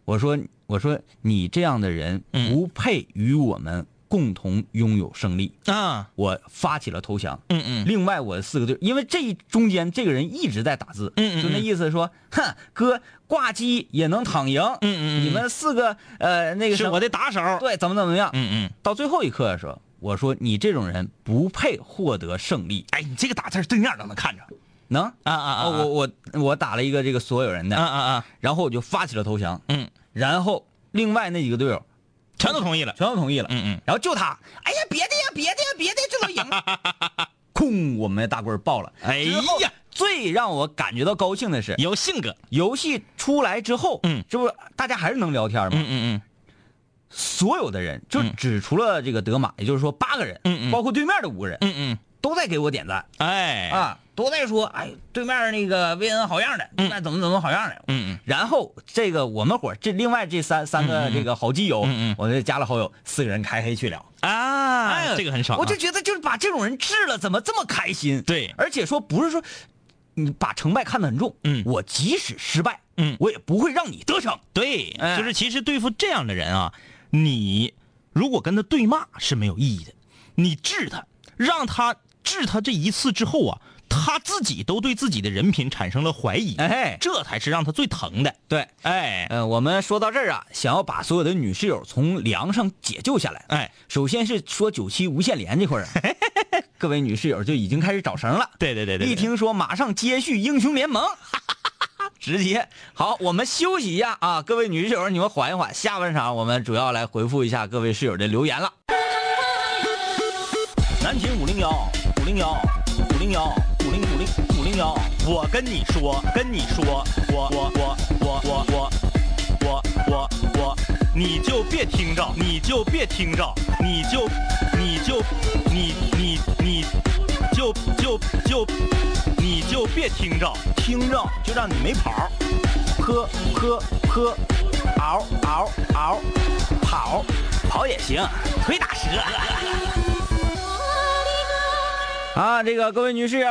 Speaker 2: 我说，我说你这样的人
Speaker 3: 嗯
Speaker 2: 不配与我们共同拥有胜利。
Speaker 3: 嗯啊，
Speaker 2: 我发起了投降。
Speaker 3: 嗯嗯
Speaker 2: 另外，我四个队，因为这一中间这个人一直在打字，
Speaker 3: 嗯嗯
Speaker 2: 就那
Speaker 3: 嗯
Speaker 2: 意思说，哼，哥挂机也能躺赢，
Speaker 3: 嗯嗯，
Speaker 2: 你们四个呃那个什
Speaker 3: 是
Speaker 2: 么
Speaker 3: 我的打手，
Speaker 2: 对怎么怎么样，
Speaker 3: 嗯嗯，
Speaker 2: 到最后一刻的时候，我说你这种人不配获得胜利，
Speaker 3: 哎，你这个打字对面都能看着，
Speaker 2: 能。
Speaker 3: 啊啊啊，
Speaker 2: 哦，我我我打了一个这个所有人的，
Speaker 3: 啊啊啊，
Speaker 2: 然后我就发起了投降，
Speaker 3: 嗯，
Speaker 2: 然后另外那几个队友
Speaker 3: 全都同意了，
Speaker 2: 全都同意了，
Speaker 3: 嗯嗯
Speaker 2: 然后就他，哎呀，别的呀，别的呀，别的呀，这都赢了， 空，我们的大棍儿爆了。
Speaker 3: 哎呀
Speaker 2: 之后最让我感觉到高兴的是，，
Speaker 3: 有性格，
Speaker 2: 游戏出来之后，
Speaker 3: 嗯
Speaker 2: 这不大家还是能聊天吗？
Speaker 3: 嗯嗯嗯
Speaker 2: 所有的人就
Speaker 3: 嗯
Speaker 2: 只除了这个德玛，也就是说八个人，
Speaker 3: 嗯嗯
Speaker 2: 包括对面的五个人，
Speaker 3: 嗯嗯，
Speaker 2: 都在给我点赞
Speaker 3: 哎，
Speaker 2: 啊，都在说，哎，对面那个薇恩好样
Speaker 3: 嗯
Speaker 2: 的，对面怎么怎么好样的，
Speaker 3: 嗯嗯
Speaker 2: 然后这个我们伙儿这另外这三三个这个好基友，
Speaker 3: 嗯嗯嗯
Speaker 2: 我就加了好友，四个人开黑去聊。
Speaker 3: 啊，这个很爽、
Speaker 2: 哎
Speaker 3: 啊，
Speaker 2: 我就觉得就是把这种人治了，怎么这么开心？
Speaker 3: 对
Speaker 2: 而且说不是说你把成败看得很重，
Speaker 3: 嗯
Speaker 2: 我即使失败，
Speaker 3: 嗯
Speaker 2: 我也不会让你得逞。
Speaker 3: 对，
Speaker 2: 哎
Speaker 3: 就是其实对付这样的人啊，你如果跟他对骂是没有意义的，你治他，让他治他这一次之后啊，他自己都对自己的人品产生了怀疑，
Speaker 2: 哎，
Speaker 3: 这才是让他最疼的。
Speaker 2: 对，
Speaker 3: 哎
Speaker 2: 呃，我们说到这儿啊，想要把所有的女室友从梁上解救下来，
Speaker 3: 哎，
Speaker 2: 首先是说九七无限连这块儿 啊，各位女室友就已经开始找绳了。
Speaker 3: 对对对对，
Speaker 2: 一听说马上接续英雄联盟， 直接好，我们休息一下啊，各位女室友，你们缓一缓，下半场我们主要来回复一下各位室友的留言了。
Speaker 3: 南秦五零幺五零幺五零幺五零五零五零幺，我跟你说，跟你说，我我我我我我我我我，你就别听着，你就别听着，你就，你就，你你你，就就就，你就别听着，听着就让你没跑儿，喝喝喝，嗷嗷嗷，跑跑也行，腿打折。
Speaker 2: 啊，这个各位女室友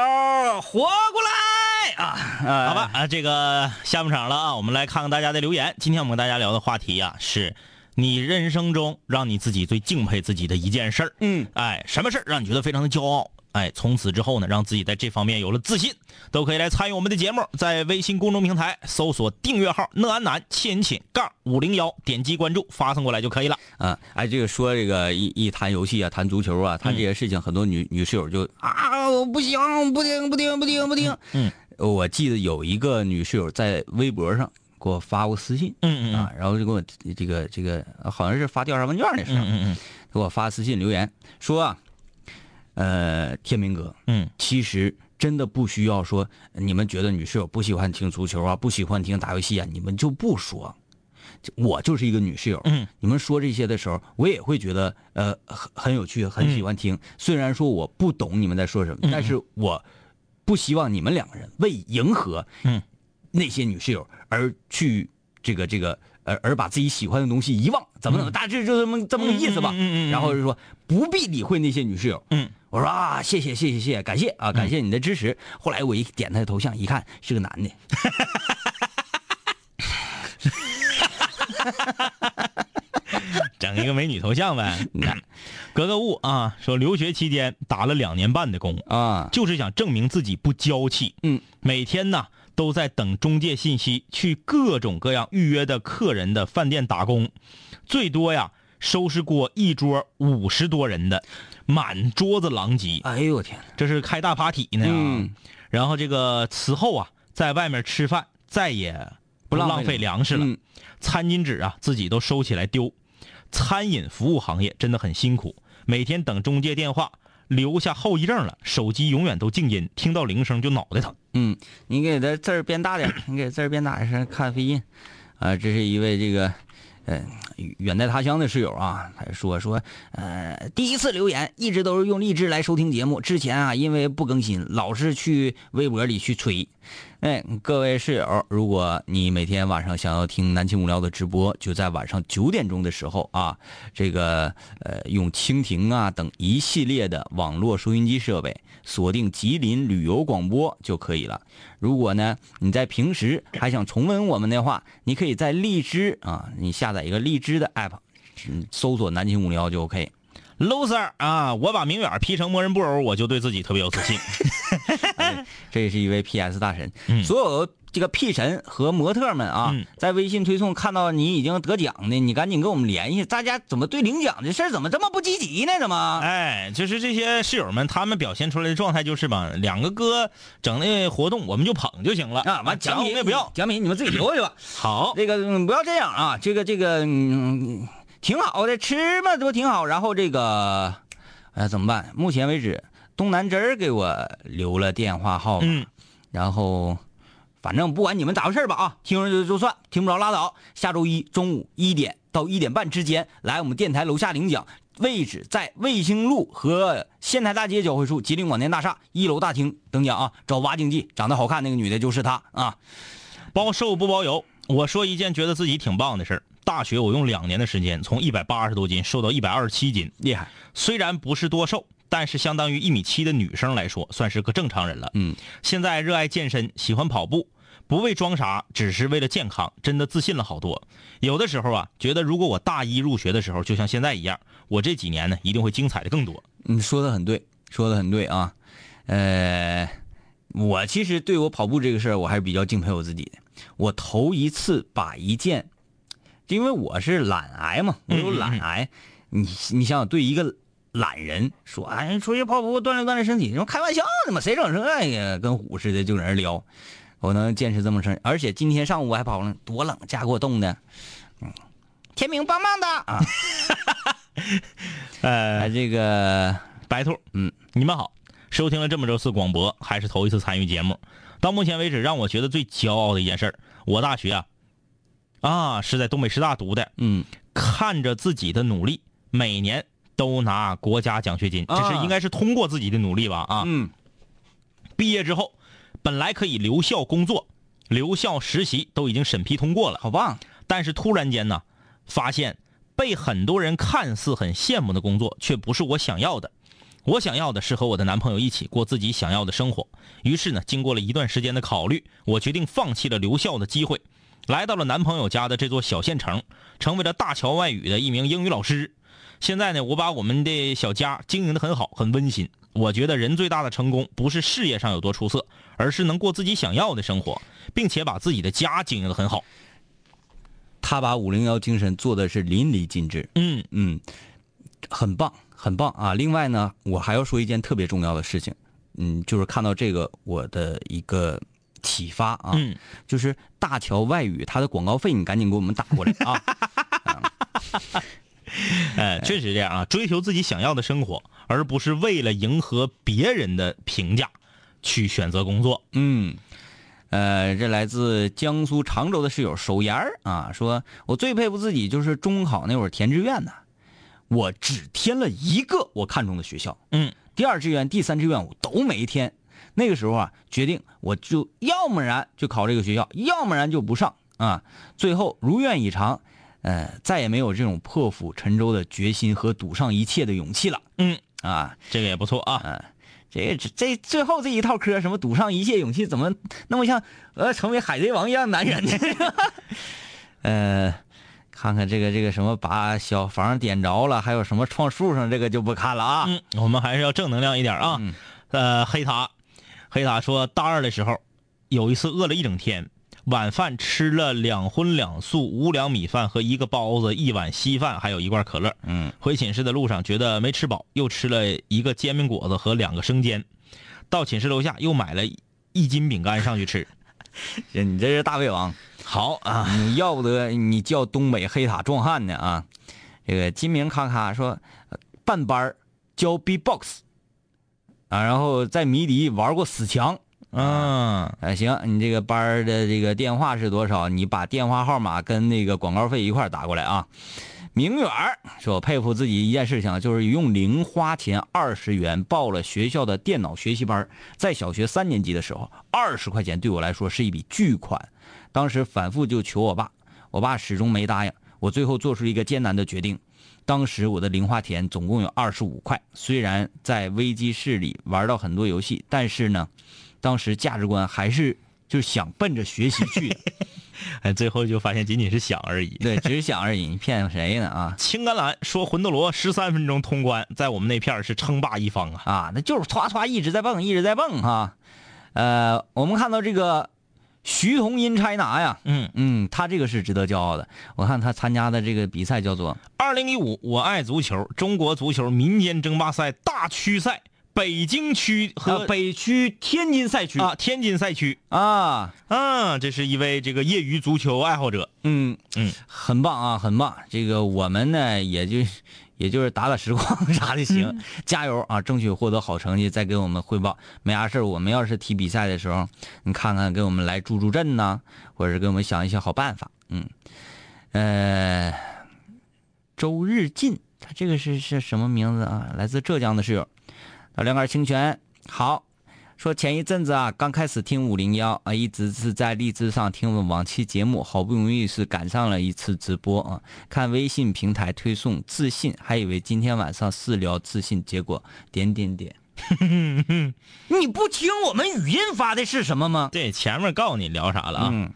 Speaker 2: 活过来啊！呃
Speaker 3: 好吧，，啊，这个下半场了啊，我们来看看大家的留言。今天我们跟大家聊的话题啊，是你人生中让你自己最敬佩自己的一件事儿。
Speaker 2: 嗯，
Speaker 3: 哎，什么事儿让你觉得非常的骄傲？哎，从此之后呢，让自己在这方面有了自信，都可以来参与我们的节目，在微信公众平台搜索订阅号“讷安南千寝杠五零幺”，点击关注，发送过来就可以了。
Speaker 2: 啊，哎，这个说这个一一谈游戏啊，谈足球啊，谈
Speaker 3: 嗯
Speaker 2: 这些事情，很多女女室友就啊，我不行，不听，不听，不听，不听。呃
Speaker 3: 嗯，
Speaker 2: 我记得有一个女室友在微博上给我发过私信，
Speaker 3: 嗯嗯
Speaker 2: 啊，然后就给我这个这个好像是发调查问卷的时候，
Speaker 3: 嗯嗯
Speaker 2: 给我发私信留言说啊，呃，天明哥，
Speaker 3: 嗯
Speaker 2: 其实真的不需要说你们觉得女室友不喜欢听足球啊，不喜欢听打游戏啊，你们就不说。就我就是一个女室友，
Speaker 3: 嗯，
Speaker 2: 你们说这些的时候，我也会觉得呃很很有趣，很喜欢听。
Speaker 3: 嗯
Speaker 2: 虽然说我不懂你们在说什么，但是我不希望你们两个人为迎合
Speaker 3: 嗯
Speaker 2: 那些女室友而去这个这个而而把自己喜欢的东西遗忘，怎么怎么大致就这么这么个意思吧。
Speaker 3: 嗯嗯嗯嗯嗯嗯
Speaker 2: 然后就说不必理会那些女室友，
Speaker 3: 嗯
Speaker 2: 我说啊，谢谢谢谢谢谢，感谢啊，感谢你的支持。后来我一点他的头像，一看是个男的。
Speaker 3: 嗯，整一个美女头像 呗。格格物啊，说留学期间打了两年半的工，
Speaker 2: 啊，
Speaker 3: 就是想证明自己不娇气。
Speaker 2: 嗯，
Speaker 3: 每天呢都在等中介信息，去各种各样预约的客人的饭店打工，最多呀收拾过一桌五十多人的，满桌子狼藉。
Speaker 2: 哎呦我天哪，
Speaker 3: 这是开大 party 呢、
Speaker 2: 嗯
Speaker 3: 然后这个此后啊，在外面吃饭再也不
Speaker 2: 浪费
Speaker 3: 浪费粮食了，
Speaker 2: 嗯
Speaker 3: 餐巾纸啊自己都收起来丢。餐饮服务行业真的很辛苦，每天等中介电话，留下后遗症了，手机永远都静音，听到铃声就脑袋疼。
Speaker 2: 嗯，你给他字儿变大点儿，你给字儿变大点儿，看飞印。啊，这是一位这个，呃，远在他乡的室友啊，他说说，呃，第一次留言，一直都是用荔枝来收听节目。之前啊，因为不更新，老是去微博里去吹。哎，各位室友，如果你每天晚上想要听南青无聊的直播，就在晚上九点钟的时候啊，这个呃，用蜻蜓啊等一系列的网络收音机设备锁定吉林旅游广播就可以了。如果呢你在平时还想重温我们的话，你可以在荔枝啊，你下载一个荔枝的 app，嗯搜索“南京无聊”就 OK。
Speaker 3: loser 啊，我把明远劈成魔人布偶，我就对自己特别 有自信。
Speaker 2: 这是一位 PS 大神，所有这个 P 神和模特们啊，
Speaker 3: 嗯
Speaker 2: 在微信推送看到你已经得奖的，你赶紧跟我们联系。大家怎么对领奖这事儿怎么这么不积极呢？怎么？
Speaker 3: 哎，就是这些室友们，他们表现出来的状态就是吧，两个哥整那活动，我们就捧就行了
Speaker 2: 啊，完
Speaker 3: 奖
Speaker 2: 奖
Speaker 3: 哎我们
Speaker 2: 品
Speaker 3: 也不要。
Speaker 2: 奖品你们自己留下去吧。
Speaker 3: 好，
Speaker 2: 这个、嗯不要这样啊，这个这个嗯，挺好的，吃嘛这不挺好。然后这个，哎怎么办？目前为止，东南枝儿给我留了电话号码，
Speaker 3: 嗯
Speaker 2: 然后反正不管你们咋回事吧啊，听着就就算，听不着拉倒。下周一中午一点到一点半之间来我们电台楼下领奖。位置在卫星路和仙台大街交汇处，吉林广电大厦一楼大厅等奖啊！找挖经济，长得好看那个女的就是她啊！
Speaker 3: 包瘦不包邮。我说一件觉得自己挺棒的事儿，大学我用两年的时间，从一百八十多斤瘦到一百二十七斤，
Speaker 2: 厉害，
Speaker 3: 虽然不是多瘦，但是相当于一米七的女生来说，算是个正常人了。
Speaker 2: 嗯，
Speaker 3: 现在热爱健身，喜欢跑步，不为装啥，只是为了健康，真的自信了好多。有的时候啊，觉得如果我大一入学的时候就像现在一样，我这几年呢一定会精彩的更多。
Speaker 2: 你嗯说的很对，说的很对啊。呃，我其实对我跑步这个事儿，我还是比较敬佩我自己的。我头一次把一件，因为我是懒癌嘛，我有懒癌，你你想想，对一个懒人说，哎，出去跑步锻炼锻炼身体，你说开玩笑呢嘛，谁整这呀？跟虎似的就搁那儿聊，我能坚持这么长，而且今天上午我还跑了，多冷，家给我冻的。嗯，天明棒棒的啊！
Speaker 3: 呃，
Speaker 2: 哎这个
Speaker 3: 白兔，
Speaker 2: 嗯，
Speaker 3: 你们好，收听了这么多次广播，还是头一次参与节目。到目前为止，让我觉得最骄傲的一件事儿，我大学啊，啊是在东北师大读的，
Speaker 2: 嗯
Speaker 3: 看着自己的努力，每年都拿国家奖学金，这是
Speaker 2: 啊
Speaker 3: 应该是通过自己的努力吧？啊，
Speaker 2: 嗯，
Speaker 3: 毕业之后，本来可以留校工作、留校实习，都已经审批通过了，
Speaker 2: 好棒，
Speaker 3: 但是突然间呢，发现被很多人看似很羡慕的工作，却不是我想要的。我想要的是和我的男朋友一起过自己想要的生活。于是呢，经过了一段时间的考虑，我决定放弃了留校的机会，来到了男朋友家的这座小县城，成为了大乔外语的一名英语老师。现在呢，我把我们的小家经营的很好，很温馨。我觉得人最大的成功不是事业上有多出色，而是能过自己想要的生活，并且把自己的家经营的很好。
Speaker 2: 他把五零幺精神做的是淋漓尽致，
Speaker 3: 嗯
Speaker 2: 嗯，很棒，很棒啊！另外呢，我还要说一件特别重要的事情，嗯，就是看到这个我的一个启发啊，
Speaker 3: 嗯。
Speaker 2: 就是大乔外语它的广告费，你赶紧给我们打过来啊！
Speaker 3: 哎，确实这样啊，追求自己想要的生活，而不是为了迎合别人的评价去选择工作。
Speaker 2: 嗯，呃，这来自江苏常州的室友手岩儿啊，说我最佩服自己就是中考那会儿填志愿呢，我只填了一个我看中的学校，
Speaker 3: 嗯，
Speaker 2: 第二志愿、第三志愿我都没填。那个时候啊，决定我就要么然就考这个学校，要么然就不上啊。最后如愿以偿，呃，再也没有这种破釜沉舟的决心和赌上一切的勇气了。
Speaker 3: 嗯
Speaker 2: 啊，
Speaker 3: 这个也不错啊。
Speaker 2: 这这这最后这一套嗑，什么赌上一切勇气，怎么那么像呃成为海贼王一样男人呢？ 呃，看看这个这个什么把小房点着了，还有什么撞树上这个就不看了啊。
Speaker 3: 嗯，我们还是要正能量一点啊。呃，黑塔，黑塔说，大二的时候，有一次饿了一整天，晚饭吃了两荤两素五两米饭和一个包子，一碗稀饭，还有一罐可乐。
Speaker 2: 嗯
Speaker 3: 回寝室的路上觉得没吃饱，又吃了一个煎饼果子和两个生煎。到寝室楼下又买了一斤饼干上去吃。
Speaker 2: 这你这是大胃王，
Speaker 3: 好啊。
Speaker 2: 你要不得你叫东北黑塔壮汉呢啊！这个金明咔咔说，呃办班儿教 B-box 啊，然后在迷笛玩过死墙。
Speaker 3: 嗯
Speaker 2: 啊，行，你这个班儿的这个电话是多少？你把电话号码跟那个广告费一块儿打过来啊。明远儿说：“我佩服自己一件事情啊，就是用零花钱二十元报了学校的电脑学习班儿。在小学三年级的时候，二十块钱对我来说是一笔巨款，当时反复就求我爸，我爸始终没答应。我最后做出一个艰难的决定，当时我的零花钱总共有二十五块。虽然在危机室里玩到很多游戏，但是呢，当时价值观还是就是想奔着学习去的，
Speaker 3: 哎，最后就发现仅仅是想而已。
Speaker 2: 对，只是想而已。你骗谁呢啊？
Speaker 3: 青橄榄说魂斗罗十三分钟通关，在我们那片儿是称霸一方啊。
Speaker 2: 啊，那就是歘歘一直在蹦，一直在蹦哈。呃，我们看到这个徐同音拆拿呀，
Speaker 3: 嗯，
Speaker 2: 嗯，他这个是值得骄傲的。我看他参加的这个比赛叫做
Speaker 3: 二零一五我爱足球中国足球民间争霸赛大区赛北京区和
Speaker 2: 呃北区天津赛区
Speaker 3: 啊天津赛区。
Speaker 2: 啊，
Speaker 3: 啊，这是一位这个业余足球爱好者。
Speaker 2: 嗯
Speaker 3: 嗯，
Speaker 2: 很棒啊，很棒。这个我们呢，也就 也就是打打实况啥的行，加油啊，争取获得好成绩，再给我们汇报。没啥事儿我们要是踢比赛的时候，你看看给我们来助助阵呐、或者是给我们想一些好办法。嗯，呃，周日进，他这个是是什么名字啊？来自浙江的室友，老两杆清泉，好。说前一阵子啊，刚开始听五零幺啊，一直是在荔枝上听我们往期节目，好不容易是赶上了一次直播啊，看微信平台推送自信，还以为今天晚上是聊自信，结果点点点。你不听我们语音发的是什么吗？
Speaker 3: 对，前面告诉你聊啥了啊？
Speaker 2: 嗯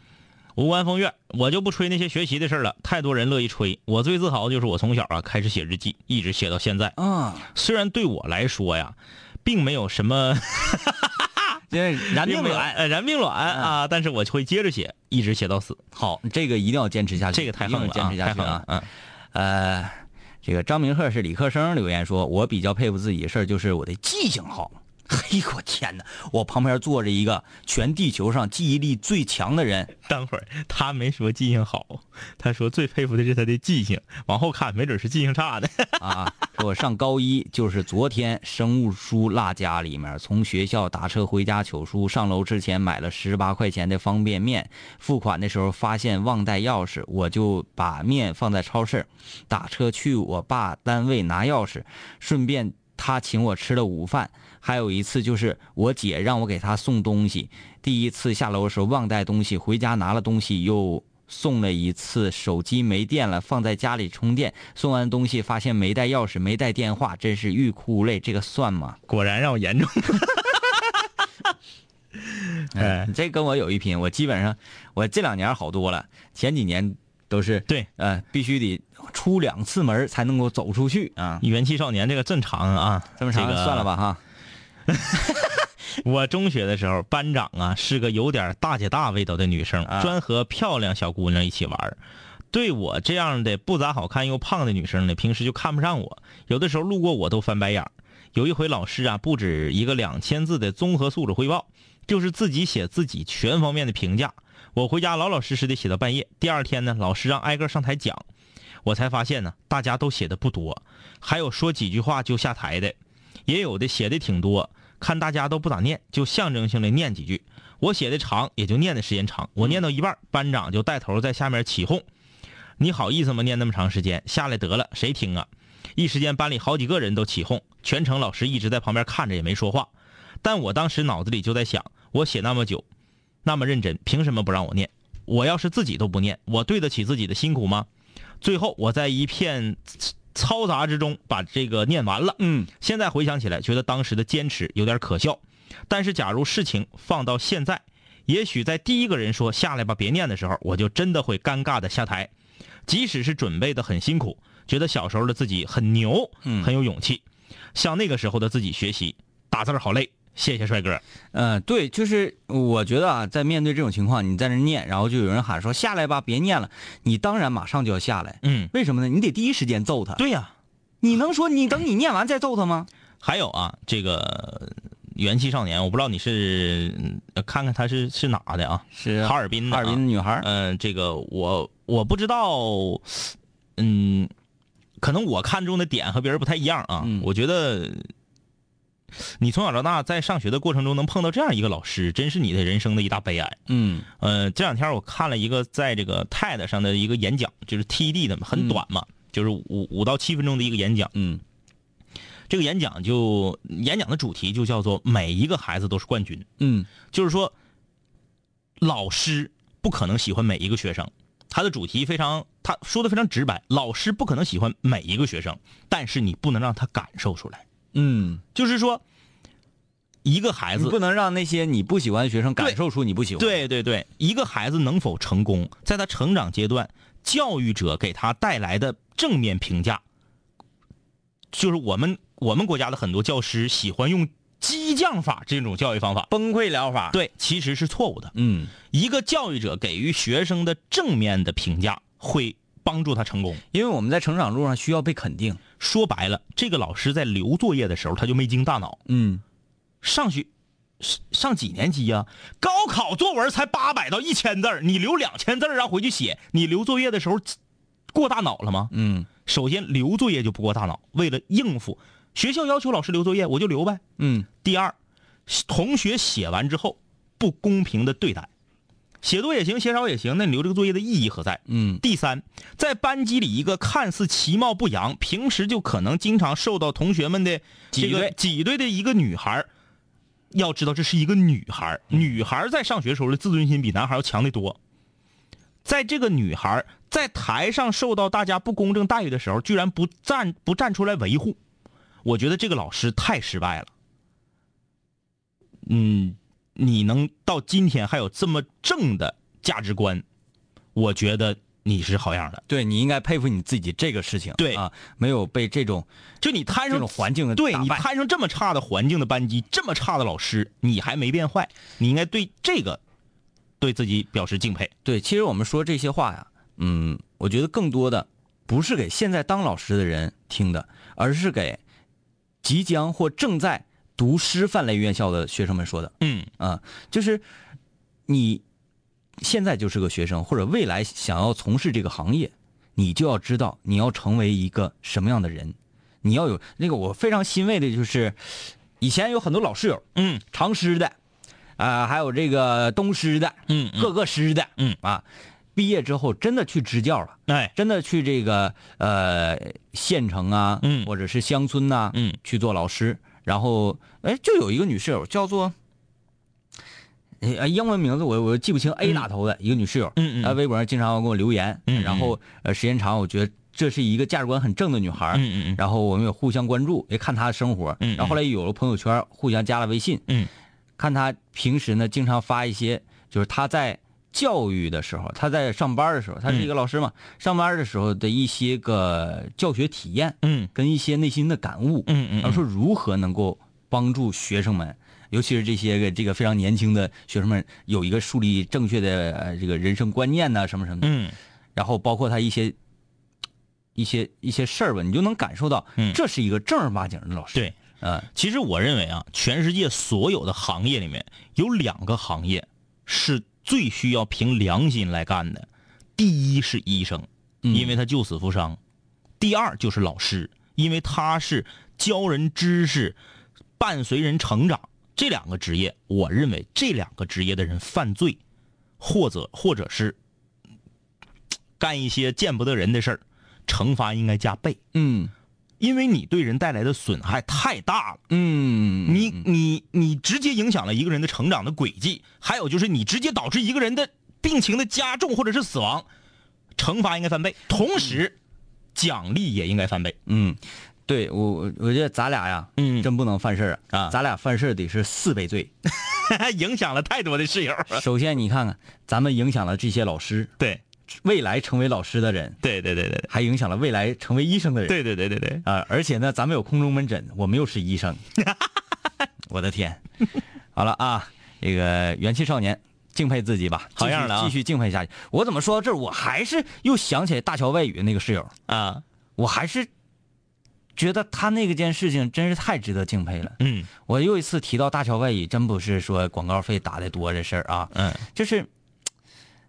Speaker 3: 无关风月，我就不吹那些学习的事儿了，太多人乐意吹。我最自豪的就是我从小啊开始写日记，一直写到现在。
Speaker 2: 啊，
Speaker 3: 虽然对我来说呀，并没有什么。
Speaker 2: 这燃
Speaker 3: 并
Speaker 2: 并
Speaker 3: 没有
Speaker 2: 卵，
Speaker 3: 呃，燃并卵
Speaker 2: 嗯
Speaker 3: 啊！但是我会接着写，一直写到死。好，
Speaker 2: 这个一定要坚持下去，
Speaker 3: 这个太横
Speaker 2: 一
Speaker 3: 了
Speaker 2: 定要
Speaker 3: 啊，
Speaker 2: 坚持下
Speaker 3: 太
Speaker 2: 去
Speaker 3: 横
Speaker 2: 啊
Speaker 3: 了！。嗯，
Speaker 2: 呃，这个张明赫是理科生留言说，我比较佩服自己的事儿就是我的记性好。嘿，我天哪！我旁边坐着一个全地球上记忆力最强的人，
Speaker 3: 等会儿他没说记性好，他说最佩服的是他的记性，往后看没准是记性差的。
Speaker 2: 啊，说我上高一就是昨天生物书落家里面，从学校打车回家取书，上楼之前买了十八块钱的方便面，付款的时候发现忘带钥匙，我就把面放在超市，打车去我爸单位拿钥匙，顺便他请我吃了午饭。还有一次就是我姐让我给她送东西，第一次下楼的时候忘带东西，回家拿了东西又送了一次，手机没电了，放在家里充电。送完东西发现没带钥匙，没带电话，真是欲哭无泪。这个算吗？
Speaker 3: 果然让我严重。 哎，
Speaker 2: 你哎这跟我有一拼。我基本上我这两年好多了，前几年都是
Speaker 3: 对，
Speaker 2: 呃，必须得出两次门才能够走出去啊。
Speaker 3: 元气少年这个正常啊，
Speaker 2: 这么长、
Speaker 3: 个
Speaker 2: 算了。吧哈。
Speaker 3: 我中学的时候，班长啊是个有点大姐大味道的女生，
Speaker 2: 啊
Speaker 3: 专和漂亮小姑娘一起玩儿。对我这样的不咋好看又胖的女生呢，平时就看不上我，有的时候路过我都翻白眼儿。有一回老师啊，布置一个两千字的综合素质汇报，就是自己写自己全方面的评价。我回家老老实实的写到半夜，第二天呢，老师让挨个上台讲，我才发现呢，大家都写的不多，还有说几句话就下台的，也有的写的挺多，看大家都不咋念，就象征性的念几句。我写的长，也就念的时间长。我念到一半，班长就带头在下面起哄：“你好意思吗？念那么长时间，下来得了，谁听啊？”一时间，班里好几个人都起哄，全程老师一直在旁边看着，也没说话。但我当时脑子里就在想，我写那么久，那么认真，凭什么不让我念？我要是自己都不念，我对得起自己的辛苦吗？最后，我在一片嘈杂之中把这个念完了。
Speaker 2: 嗯，
Speaker 3: 现在回想起来，觉得当时的坚持有点可笑。但是，假如事情放到现在，也许在第一个人说“下来吧，别念”的时候，我就真的会尴尬的下台。即使是准备的很辛苦，觉得小时候的自己很牛，
Speaker 2: 嗯
Speaker 3: 很有勇气，向那个时候的自己学习。打字儿好累，谢谢帅哥。
Speaker 2: 呃，对，就是我觉得啊，在面对这种情况，你在那念，然后就有人喊说下来吧，别念了，你当然马上就要下来。
Speaker 3: 嗯，
Speaker 2: 为什么呢？你得第一时间揍他。
Speaker 3: 对呀、
Speaker 2: 你能说你等你念完再揍他吗？
Speaker 3: 还有啊，这个元气少年，我不知道你是呃看看他是是哪的啊？
Speaker 2: 是
Speaker 3: 哈尔滨的、
Speaker 2: 哈
Speaker 3: 啊，
Speaker 2: 尔滨的女孩儿，
Speaker 3: 嗯，这个我我不知道，嗯，可能我看中的点和别人不太一样啊。
Speaker 2: 嗯
Speaker 3: 我觉得你从小到大在上学的过程中能碰到这样一个老师，真是你的人生的一大悲哀。
Speaker 2: 嗯
Speaker 3: 呃，这两天我看了一个在这个 TED 上的一个演讲，就是 TED 的嘛，很短嘛，就是五五到七分钟的一个演讲。
Speaker 2: 嗯
Speaker 3: 这个演讲就演讲的主题就叫做“每一个孩子都是冠军”。
Speaker 2: 嗯
Speaker 3: 就是说，老师不可能喜欢每一个学生，他的主题非常，他说的非常直白，老师不可能喜欢每一个学生，但是你不能让他感受出来，
Speaker 2: 嗯，
Speaker 3: 就是说，一个孩
Speaker 2: 你
Speaker 3: 子，
Speaker 2: 不能让那些你不喜欢的学生感受出你不喜欢。，
Speaker 3: 对对对，一个孩子能否成功，在他成长阶段，教育者给他带来的正面评价，就是我们我们国家的很多教师喜欢用激将法这种教育方法，
Speaker 2: 崩溃疗法。，
Speaker 3: 对，其实是错误的。
Speaker 2: 嗯，
Speaker 3: 一个教育者给予学生的正面的评价，会帮助他成功。
Speaker 2: 因为我们在成长路上需要被肯定。
Speaker 3: 说白了，这个老师在留作业的时候，他就没经大脑。
Speaker 2: 嗯，
Speaker 3: 上学上上几年级呀、高考作文才八百到一千字儿你留两千字儿啊让回去写，你留作业的时候过大脑了吗？
Speaker 2: 嗯
Speaker 3: 首先留作业就不过大脑，为了应付学校要求老师留作业，我就留呗。
Speaker 2: 嗯
Speaker 3: 第二，同学写完之后不公平的对待，写多也行，写少也行，那你留这个作业的意义何在？
Speaker 2: 嗯
Speaker 3: 第三，在班级里一个看似其貌不扬，平时就可能经常受到同学们的这
Speaker 2: 挤
Speaker 3: 个
Speaker 2: 兑
Speaker 3: 挤兑的一个女孩儿，要知道这是一个女孩儿，
Speaker 2: 嗯
Speaker 3: 女孩儿在上学时候的自尊心比男孩儿要强得多。在这个女孩儿在台上受到大家不公正待遇的时候，居然不站不站出来维护，我觉得这个老师太失败了。嗯，你能到今天还有这么正的价值观，我觉得你是好样的。
Speaker 2: 对你应该佩服你自己这个事情。
Speaker 3: 对
Speaker 2: 啊，没有被这种
Speaker 3: 就你摊
Speaker 2: 这
Speaker 3: 上
Speaker 2: 种环境的
Speaker 3: 对
Speaker 2: 打
Speaker 3: 你
Speaker 2: 败
Speaker 3: 摊上这么差的环境的班级，这么差的老师，你还没变坏，你应该对这个对自己表示敬佩。
Speaker 2: 对，其实我们说这些话呀，嗯，我觉得更多的不是给现在当老师的人听的，而是给即将或正在读师范类院校的学生们说的
Speaker 3: 嗯
Speaker 2: 啊，就是你现在就是个学生，或者未来想要从事这个行业，你就要知道你要成为一个什么样的人，你要有那个我非常欣慰的就是，以前有很多老室友，
Speaker 3: 嗯
Speaker 2: 长师的，啊、还有这个东师的，
Speaker 3: 嗯嗯
Speaker 2: 各个师的，
Speaker 3: 嗯
Speaker 2: 啊，毕业之后真的去支教了。
Speaker 3: 哎
Speaker 2: 真的去这个呃县城啊，
Speaker 3: 嗯
Speaker 2: 或者是乡村呐、
Speaker 3: 嗯
Speaker 2: 去做老师。然后，哎，就有一个女室友叫做，呃，英文名字我我记不清 A 打头的一个女室友，
Speaker 3: 嗯嗯
Speaker 2: 她微博上经常给我留言，
Speaker 3: 嗯嗯
Speaker 2: 然后呃时间长，我觉得这是一个价值观很正的女孩儿，
Speaker 3: 嗯嗯嗯
Speaker 2: 然后我们也互相关注，也看她的生活，
Speaker 3: 嗯嗯
Speaker 2: 然后后来有了朋友圈，互相加了微信，
Speaker 3: 嗯
Speaker 2: 看他平时呢，经常发一些，就是他在教育的时候，他在上班的时候，他是
Speaker 3: 嗯
Speaker 2: 一个老师嘛，上班的时候的一些个教学体验
Speaker 3: 嗯
Speaker 2: 跟一些内心的感悟，
Speaker 3: 嗯嗯
Speaker 2: 然后说如何能够帮助学生们，尤其是这些个这个非常年轻的学生们，有一个树立正确的呃这个人生观念呐、什么什么的，
Speaker 3: 嗯
Speaker 2: 然后包括他一些一些一些事儿吧，你就能感受到
Speaker 3: 嗯，
Speaker 2: 这是一个正儿八经的老师。
Speaker 3: 对。
Speaker 2: 嗯，
Speaker 3: 其实我认为啊，全世界所有的行业里面有两个行业是最需要凭良心来干的，第一是医生，
Speaker 2: 嗯
Speaker 3: 因为他救死扶伤；第二就是老师，因为他是教人知识、伴随人成长。这两个职业，我认为这两个职业的人犯罪，或者或者是嗯干一些见不得人的事儿，惩罚应该加倍，
Speaker 2: 嗯
Speaker 3: 因为你对人带来的损害太大了。
Speaker 2: 嗯，
Speaker 3: 你你你直接影响了一个人的成长的轨迹，还有就是你直接导致一个人的病情的加重或者是死亡，惩罚应该翻倍，同时奖励也应该翻倍。
Speaker 2: 嗯，对我我我觉得咱俩呀，
Speaker 3: 嗯
Speaker 2: 真不能犯事儿
Speaker 3: 啊
Speaker 2: 咱俩犯事儿得是四倍罪。
Speaker 3: 影响了太多的室友。
Speaker 2: 首先，你看看咱们影响了这些老师，
Speaker 3: 对
Speaker 2: 未来成为老师的人，
Speaker 3: 对对对对
Speaker 2: 还影响了未来成为医生的人。
Speaker 3: 对对对对对，
Speaker 2: 啊、而且呢，咱们有空中门诊，我们又是医 生。我的天，好了啊，这个元气少年。敬佩自己吧，
Speaker 3: 好样
Speaker 2: 继续
Speaker 3: 的啊
Speaker 2: 继续敬佩下去。我怎么说到这儿，我还是又想起来大乔外语那个室友，
Speaker 3: 啊，
Speaker 2: 我还是觉得他那个件事情真是太值得敬佩了。
Speaker 3: 嗯
Speaker 2: 我又一次提到大乔外语，真不是说广告费打的多这事儿啊，
Speaker 3: 嗯
Speaker 2: 就是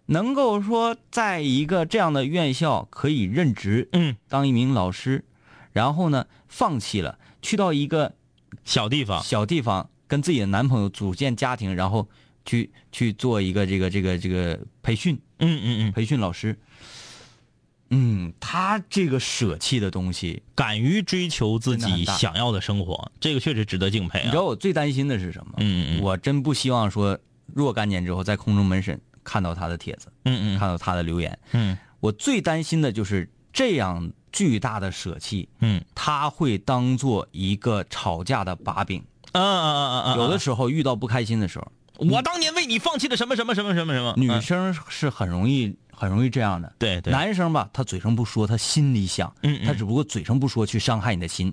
Speaker 2: 能够说在一个这样的院校可以任职
Speaker 3: 嗯，
Speaker 2: 当一名老师，然后呢放弃了，去到一个
Speaker 3: 小地方，
Speaker 2: 小地方跟自己的男朋友组建家庭，然后去去做一个这个这个这个培训
Speaker 3: 嗯嗯嗯，
Speaker 2: 培训老师。嗯，他这个舍弃的东西，
Speaker 3: 敢于追求自
Speaker 2: 真的
Speaker 3: 己
Speaker 2: 很大
Speaker 3: 想要的生活，这个确实值得敬佩
Speaker 2: 你
Speaker 3: 啊
Speaker 2: 知。道我最担心的是什么？
Speaker 3: 嗯嗯嗯
Speaker 2: 我真不希望说若干年之后在空中门诊看到他的帖子，
Speaker 3: 嗯嗯
Speaker 2: 看到他的留言。
Speaker 3: 嗯
Speaker 2: 我最担心的就是这样巨大的舍弃，
Speaker 3: 嗯
Speaker 2: 他会当做一个吵架的把柄。
Speaker 3: 啊啊啊啊！
Speaker 2: 有的时候遇到不开心的时候，
Speaker 3: 嗯我当年为你放弃了什么什么什么什么什么，
Speaker 2: 女生是很容易很容易这样的。
Speaker 3: 啊对对，
Speaker 2: 男生吧，他嘴上不说，他心里想，
Speaker 3: 嗯嗯
Speaker 2: 他只不过嘴上不说去伤害你的心。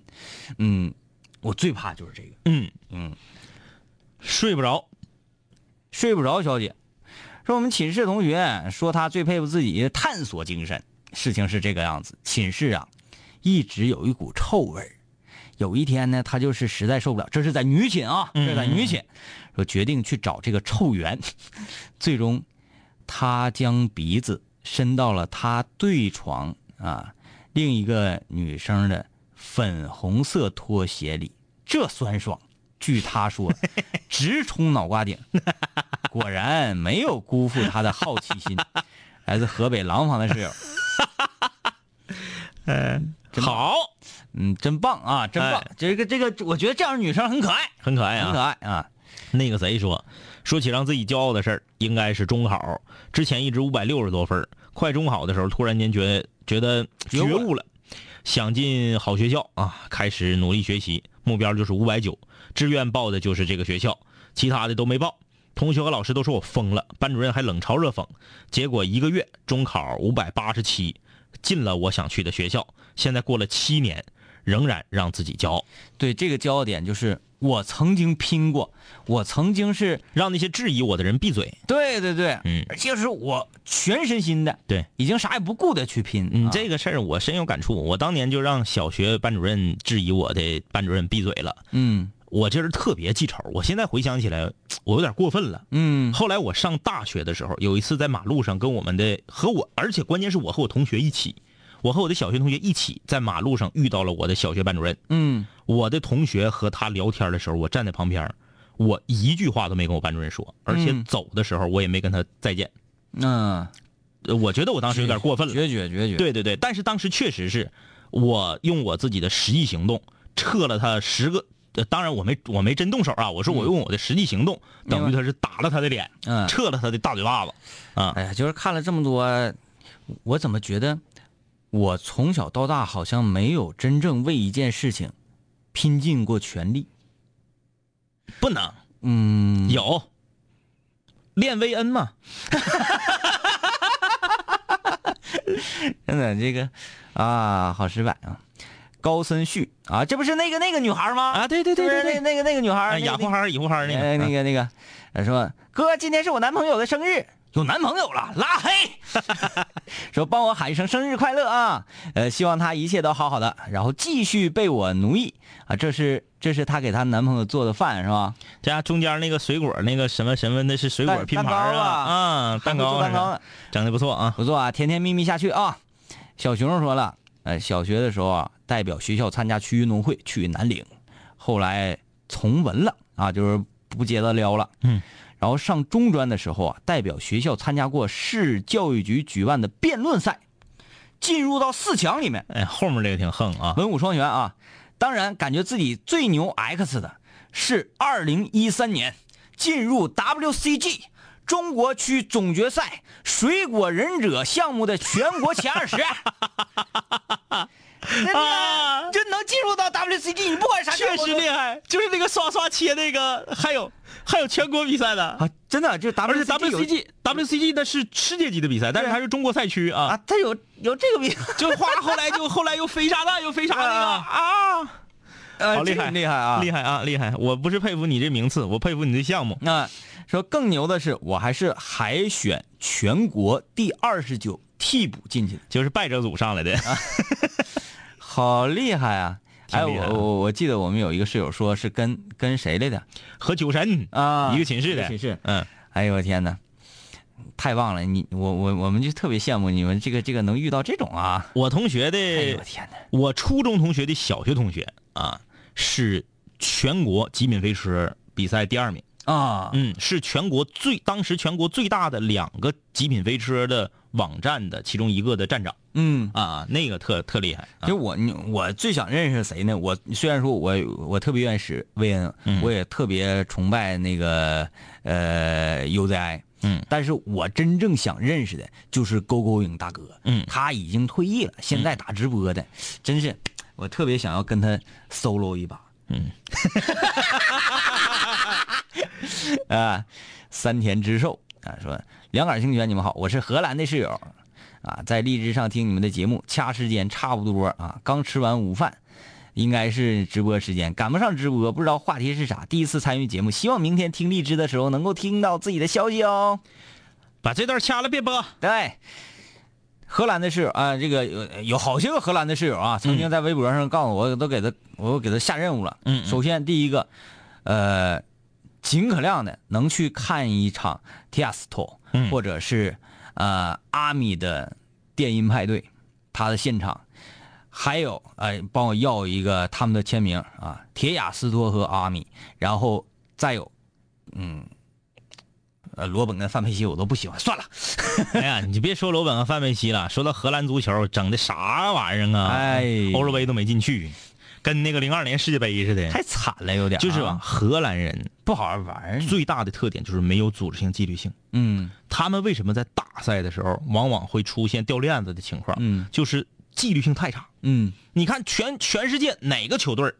Speaker 2: 嗯，我最怕就是这个。
Speaker 3: 嗯
Speaker 2: 嗯，
Speaker 3: 睡不着，
Speaker 2: 睡不着小姐，说我们寝室同学说他最佩服自己的探索精神。事情是这个样子，寝室啊，一直有一股臭味儿。有一天呢，他就是实在受不了，这是在女寝啊，这是在女寝，说决定去找这个臭源。最终，他将鼻子伸到了他对床啊另一个女生的粉红色拖鞋里，这酸爽，据他说，直冲脑瓜顶。 果然没有辜负他的好奇心。来自河北廊坊的室友，
Speaker 3: 好，
Speaker 2: 嗯，真棒啊，真棒！
Speaker 3: 哎
Speaker 2: 这个这个，我觉得这样的女生很可爱，
Speaker 3: 很可爱
Speaker 2: 很可
Speaker 3: 啊。
Speaker 2: 爱啊。
Speaker 3: 那个谁说，说起让自己骄傲的事儿，应该是中考。之前一直五百六十多分儿，快中考的时候，突然间觉得觉得
Speaker 2: 觉
Speaker 3: 觉
Speaker 2: 悟了
Speaker 3: 悟了，想进好学校啊，开始努力学习，目标就是五百九，志愿报的就是这个学校，其他的都没报。同学和老师都说我疯了，班主任还冷嘲热讽。结果一个月中考五百八十七，进了我想去的学校。现在过了七年，仍然让自己骄傲。
Speaker 2: 对，这个骄傲点就是我曾经拼过，我曾经是
Speaker 3: 让那些质疑我的人闭嘴。
Speaker 2: 对对对，
Speaker 3: 嗯，
Speaker 2: 就是我全身心的，
Speaker 3: 对，
Speaker 2: 已经啥也不顾的去拼。
Speaker 3: 你
Speaker 2: 啊
Speaker 3: 嗯这个事儿我深有感触。我当年就让小学班主任质疑我的班主任闭嘴了。
Speaker 2: 嗯
Speaker 3: 我这人特别记仇，我现在回想起来，我有点过分了。
Speaker 2: 嗯
Speaker 3: 后来我上大学的时候，有一次在马路上跟我们的和我，而且关键是我和我同学一起，我和我的小学同学一起在马路上遇到了我的小学班主任。
Speaker 2: 嗯，
Speaker 3: 我的同学和他聊天的时候，我站在旁边儿，我一句话都没跟我班主任说，而且
Speaker 2: 嗯
Speaker 3: 走的时候我也没跟他再见。
Speaker 2: 那
Speaker 3: 呃我觉得我当时有点过分
Speaker 2: 嗯
Speaker 3: 了。
Speaker 2: 啊决绝决绝，
Speaker 3: 对对对，但是当时确实是我用我自己的实际行动撤了他十个。呃当然我没我没真动手啊，我说我用我的实际行动，
Speaker 2: 明白
Speaker 3: 等于他是打了他的脸，
Speaker 2: 嗯，
Speaker 3: 撤了他的大嘴巴子。啊，
Speaker 2: 哎呀，就是看了这么多，我怎么觉得我从小到大好像没有真正为一件事情拼尽过全力。
Speaker 3: 不能
Speaker 2: 嗯，
Speaker 3: 有练薇恩嘛？
Speaker 2: 真的这个啊，好失败啊！高森旭啊，这不是那个那个女孩吗？
Speaker 3: 啊，对对对对
Speaker 2: 是不是那
Speaker 3: 对，
Speaker 2: 那个那个女孩
Speaker 3: 啊
Speaker 2: 儿，
Speaker 3: 雅呼哈儿、乙呼哈儿
Speaker 2: 那
Speaker 3: 那
Speaker 2: 个
Speaker 3: 个
Speaker 2: 哎那
Speaker 3: 啊
Speaker 2: 个那个，呃说哥，今天是我男朋友的生日，
Speaker 3: 有男朋友了，拉黑。
Speaker 2: 说帮我喊一声生日快乐啊！呃，希望她一切都好好的，然后继续被我奴役啊！这是这是她给她男朋友做的饭是吧？
Speaker 3: 加中间那个水果那个什么什么，那是水果
Speaker 2: 蛋
Speaker 3: 拼盘
Speaker 2: 蛋
Speaker 3: 儿
Speaker 2: 糕
Speaker 3: 啊，
Speaker 2: 啊
Speaker 3: 啊，蛋糕
Speaker 2: 还不
Speaker 3: 啊
Speaker 2: 做蛋糕呢，
Speaker 3: 整的不错啊。
Speaker 2: 不错啊，甜甜蜜蜜下去啊！小熊说了，呃，小学的时候啊，代表学校参加区运动会去南岭，后来从文了啊，就是不接着撩了。
Speaker 3: 嗯，
Speaker 2: 然后上中专的时候啊，代表学校参加过市教育局举办的辩论赛，进入到四强里面，
Speaker 3: 哎，后面这个挺横啊，
Speaker 2: 文武双全啊。当然，感觉自己最牛 X 的是二零一三年进入 WCG 中国区总决赛水果忍者项目的全国前二十。 啊，就能进入到 WCG，你不管啥
Speaker 3: 确实厉害，就是那个刷刷切那个，还有还有全国比赛的，
Speaker 2: 啊，真的就 WCG
Speaker 3: 而且
Speaker 2: 有
Speaker 3: WCG WCG 那是世界级的比赛，但是它是中国赛区啊，
Speaker 2: 啊，它有有这个比，
Speaker 3: 就哗，后来就后来又飞炸弹，又飞啥那个啊，
Speaker 2: 呃，
Speaker 3: 好厉
Speaker 2: 这个
Speaker 3: 害
Speaker 2: 厉害啊，
Speaker 3: 厉害啊，厉害！我不是佩服你这名次，我佩服你这项目，
Speaker 2: 那说更牛的是，我还是海选全国第二十九替补进去的，
Speaker 3: 就是败者组上来的，
Speaker 2: 啊好厉害啊！哎，
Speaker 3: 挺厉
Speaker 2: 我
Speaker 3: 害啊
Speaker 2: 我我记得我们有一个室友说是跟跟谁来的
Speaker 3: 和酒神
Speaker 2: 啊？
Speaker 3: 一个寝室
Speaker 2: 一
Speaker 3: 的
Speaker 2: 个，寝室。
Speaker 3: 嗯，
Speaker 2: 哎呦我天哪，太棒了！你我我我们就特别羡慕你们这个这个能遇到这种啊！
Speaker 3: 我同学
Speaker 2: 哎呦我
Speaker 3: 的，
Speaker 2: 天哪！
Speaker 3: 我初中同学的小学同学啊，是全国极品飞车比赛第二名。
Speaker 2: 啊，
Speaker 3: 嗯，是全国最当时全国最大的两个极品飞车的网站的其中一个的站长
Speaker 2: 嗯，
Speaker 3: 啊，那个特特厉害
Speaker 2: 其
Speaker 3: 啊
Speaker 2: 实我你我最想认识谁呢？我虽然说我我特别愿意使魏恩，
Speaker 3: 嗯
Speaker 2: 我也特别崇拜那个呃 UZI，
Speaker 3: 嗯
Speaker 2: 但是我真正想认识的就是勾勾影大哥，
Speaker 3: 嗯
Speaker 2: 他已经退役了，现在打直播的，真是我特别想要跟他 solo 一把。
Speaker 3: 嗯，
Speaker 2: 啊，三田之寿啊，说两杆儿清泉，你们好，我是荷兰的室友，啊，在荔枝上听你们的节目，掐时间差不多啊，刚吃完午饭，应该是直播时间，赶不上直播，不知道话题是啥，第一次参与节目，希望明天听荔枝的时候能够听到自己的消息哦。
Speaker 3: 把这段掐了别 播。
Speaker 2: 对，哎荷兰的室友啊，这个有有好些个荷兰的室友
Speaker 3: 嗯
Speaker 2: 啊，曾经在微博上告诉我，都给他我给他下任务了。
Speaker 3: 嗯嗯
Speaker 2: 首先第一个，呃，尽可量的能去看一场 Tiesto，、
Speaker 3: 嗯
Speaker 2: 或者是呃阿米的电音派对，他的现场。还有，哎、帮我要一个他们的签名啊，铁雅斯托和阿米，然后再有，嗯，呃，罗本跟范佩西我都不喜欢，算了，
Speaker 3: 哎呀，你就别说罗本和范佩西了，说到荷兰足球，整的啥玩意儿啊？
Speaker 2: 哎
Speaker 3: 欧洲杯都没进去，跟那个零二年世界杯似的。
Speaker 2: 太惨了，有点啊
Speaker 3: 就是吧，
Speaker 2: 吧，
Speaker 3: 荷兰人
Speaker 2: 不好好玩儿呢。
Speaker 3: 最大的特点就是没有组织性、纪律性。
Speaker 2: 嗯
Speaker 3: 他们为什么在大赛的时候往往会出现掉链子的情况？
Speaker 2: 嗯
Speaker 3: 就是纪律性太差。
Speaker 2: 嗯
Speaker 3: 你看全全世界哪个球队儿，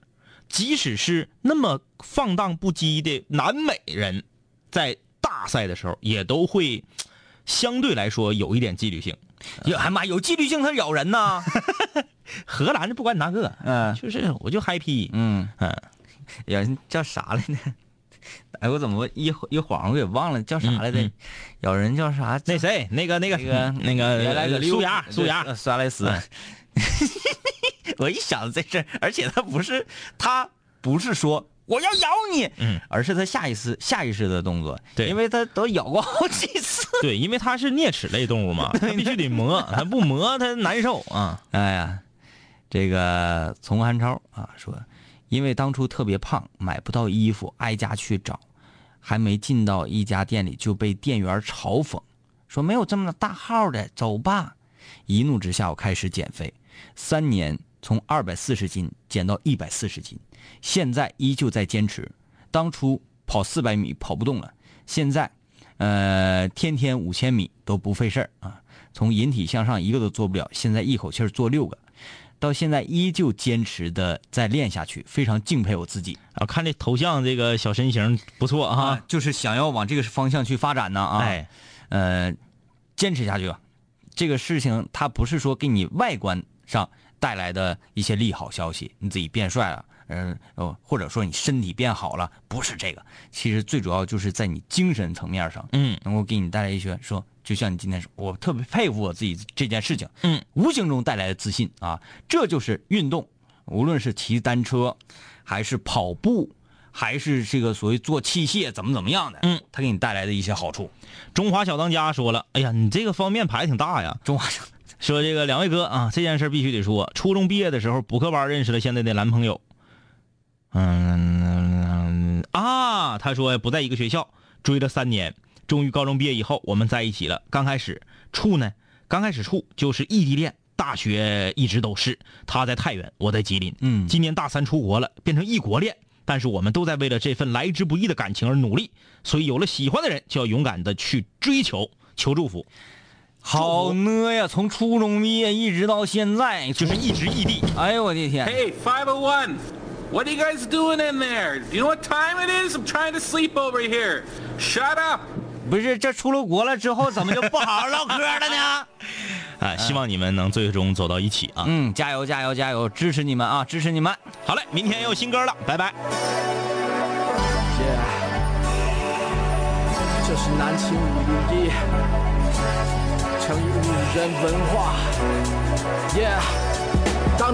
Speaker 3: 即使是那么放荡不羁的南美人，在大赛的时候也都会相对来说有一点纪律性。
Speaker 2: 有哎妈，有纪律性，它咬人呐。
Speaker 3: 荷兰这不管哪个，
Speaker 2: 嗯
Speaker 3: 就是我就 happy，
Speaker 2: 嗯
Speaker 3: 嗯，
Speaker 2: 有人哎叫啥来着？ 哎，我怎么一一晃我给忘了叫啥来着
Speaker 3: 嗯？
Speaker 2: 有人叫啥？
Speaker 3: 那谁那个那个
Speaker 2: 那个
Speaker 3: 那个
Speaker 2: 原来搁利物
Speaker 3: 苏牙
Speaker 2: 对
Speaker 3: 苏牙
Speaker 2: 呃苏亚雷斯。 我一想这事儿，而且他不是他不是说我要咬你，
Speaker 3: 嗯，
Speaker 2: 而是他下意识下意识的动作，
Speaker 3: 对
Speaker 2: 因为他都咬过好几次。
Speaker 3: 对，因为它是啮齿类动物 嘛，它必须得磨，它不磨它难受啊。
Speaker 2: 哎呀，这个丛汉超啊说，因为当初特别胖，买不到衣服，挨家去找，还没进到一家店里就被店员嘲讽，说没有这么大号的，走吧。一怒之下，我开始减肥，三年从二百四十斤减到一百四十斤，现在依旧在坚持。当初跑四百米跑不动了，现在，呃，天天五千米都不费事儿啊。从引体向上一个都做不了，现在一口气儿做六个，到现在依旧坚持的在练下去，非常敬佩我自己
Speaker 3: 啊，看这头像，这个小身形不错啊。，
Speaker 2: 就是想要往这个方向去发展呢啊，
Speaker 3: 哎，
Speaker 2: 呃，坚持下去吧。啊这个事情它不是说给你外观上带来的一些利好消息，你自己变帅了，嗯、哦，或者说你身体变好了，不是这个，其实最主要就是在你精神层面上，
Speaker 3: 嗯，
Speaker 2: 能够给你带来一些说，就像你今天说，我特别佩服我自己这件事情，
Speaker 3: 嗯，
Speaker 2: 无形中带来的自信啊，这就是运动，无论是骑单车，还是跑步，还是这个所谓做器械怎么怎么样的，
Speaker 3: 嗯，
Speaker 2: 它给你带来的一些好处。
Speaker 3: 中华小当家说了，哎呀，你这个方面牌挺大呀。
Speaker 2: 中华
Speaker 3: 说这个两位哥啊，这件事必须得说，初中毕业的时候补课班认识了现在的男朋友。嗯啊，他说不在一个学校，追了三年，终于高中毕业以后我们在一起了。刚开始处呢，刚开始处就是异地恋，大学一直都是他在太原，我在吉林。
Speaker 2: 嗯
Speaker 3: 今年大三出国了，变成异国恋。但是我们都在为了这份来之不易的感情而努力，所以有了喜欢的人，就要勇敢的去追求。求祝福，
Speaker 2: 好呢呀，从初中毕业一直到现在，就
Speaker 3: 就是一直异地。
Speaker 2: 哎呦我的天，
Speaker 4: Hey, 501. What are you guys doing in there? Do you know what time it is? I'm trying to sleep over here. Shut up.
Speaker 2: 不是这出了国了之后怎么就不好好唠嗑了 呢？
Speaker 3: 啊，希望你们能最终走到一起啊！
Speaker 2: 嗯，加油加油加油，支持你们啊，支持你们。
Speaker 3: 好嘞，明天又有新歌了，拜拜。
Speaker 5: 这是南秦五零一，成语五人文化。Yeah，当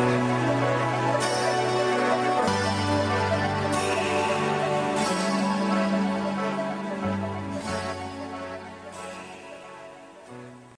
Speaker 6: Thank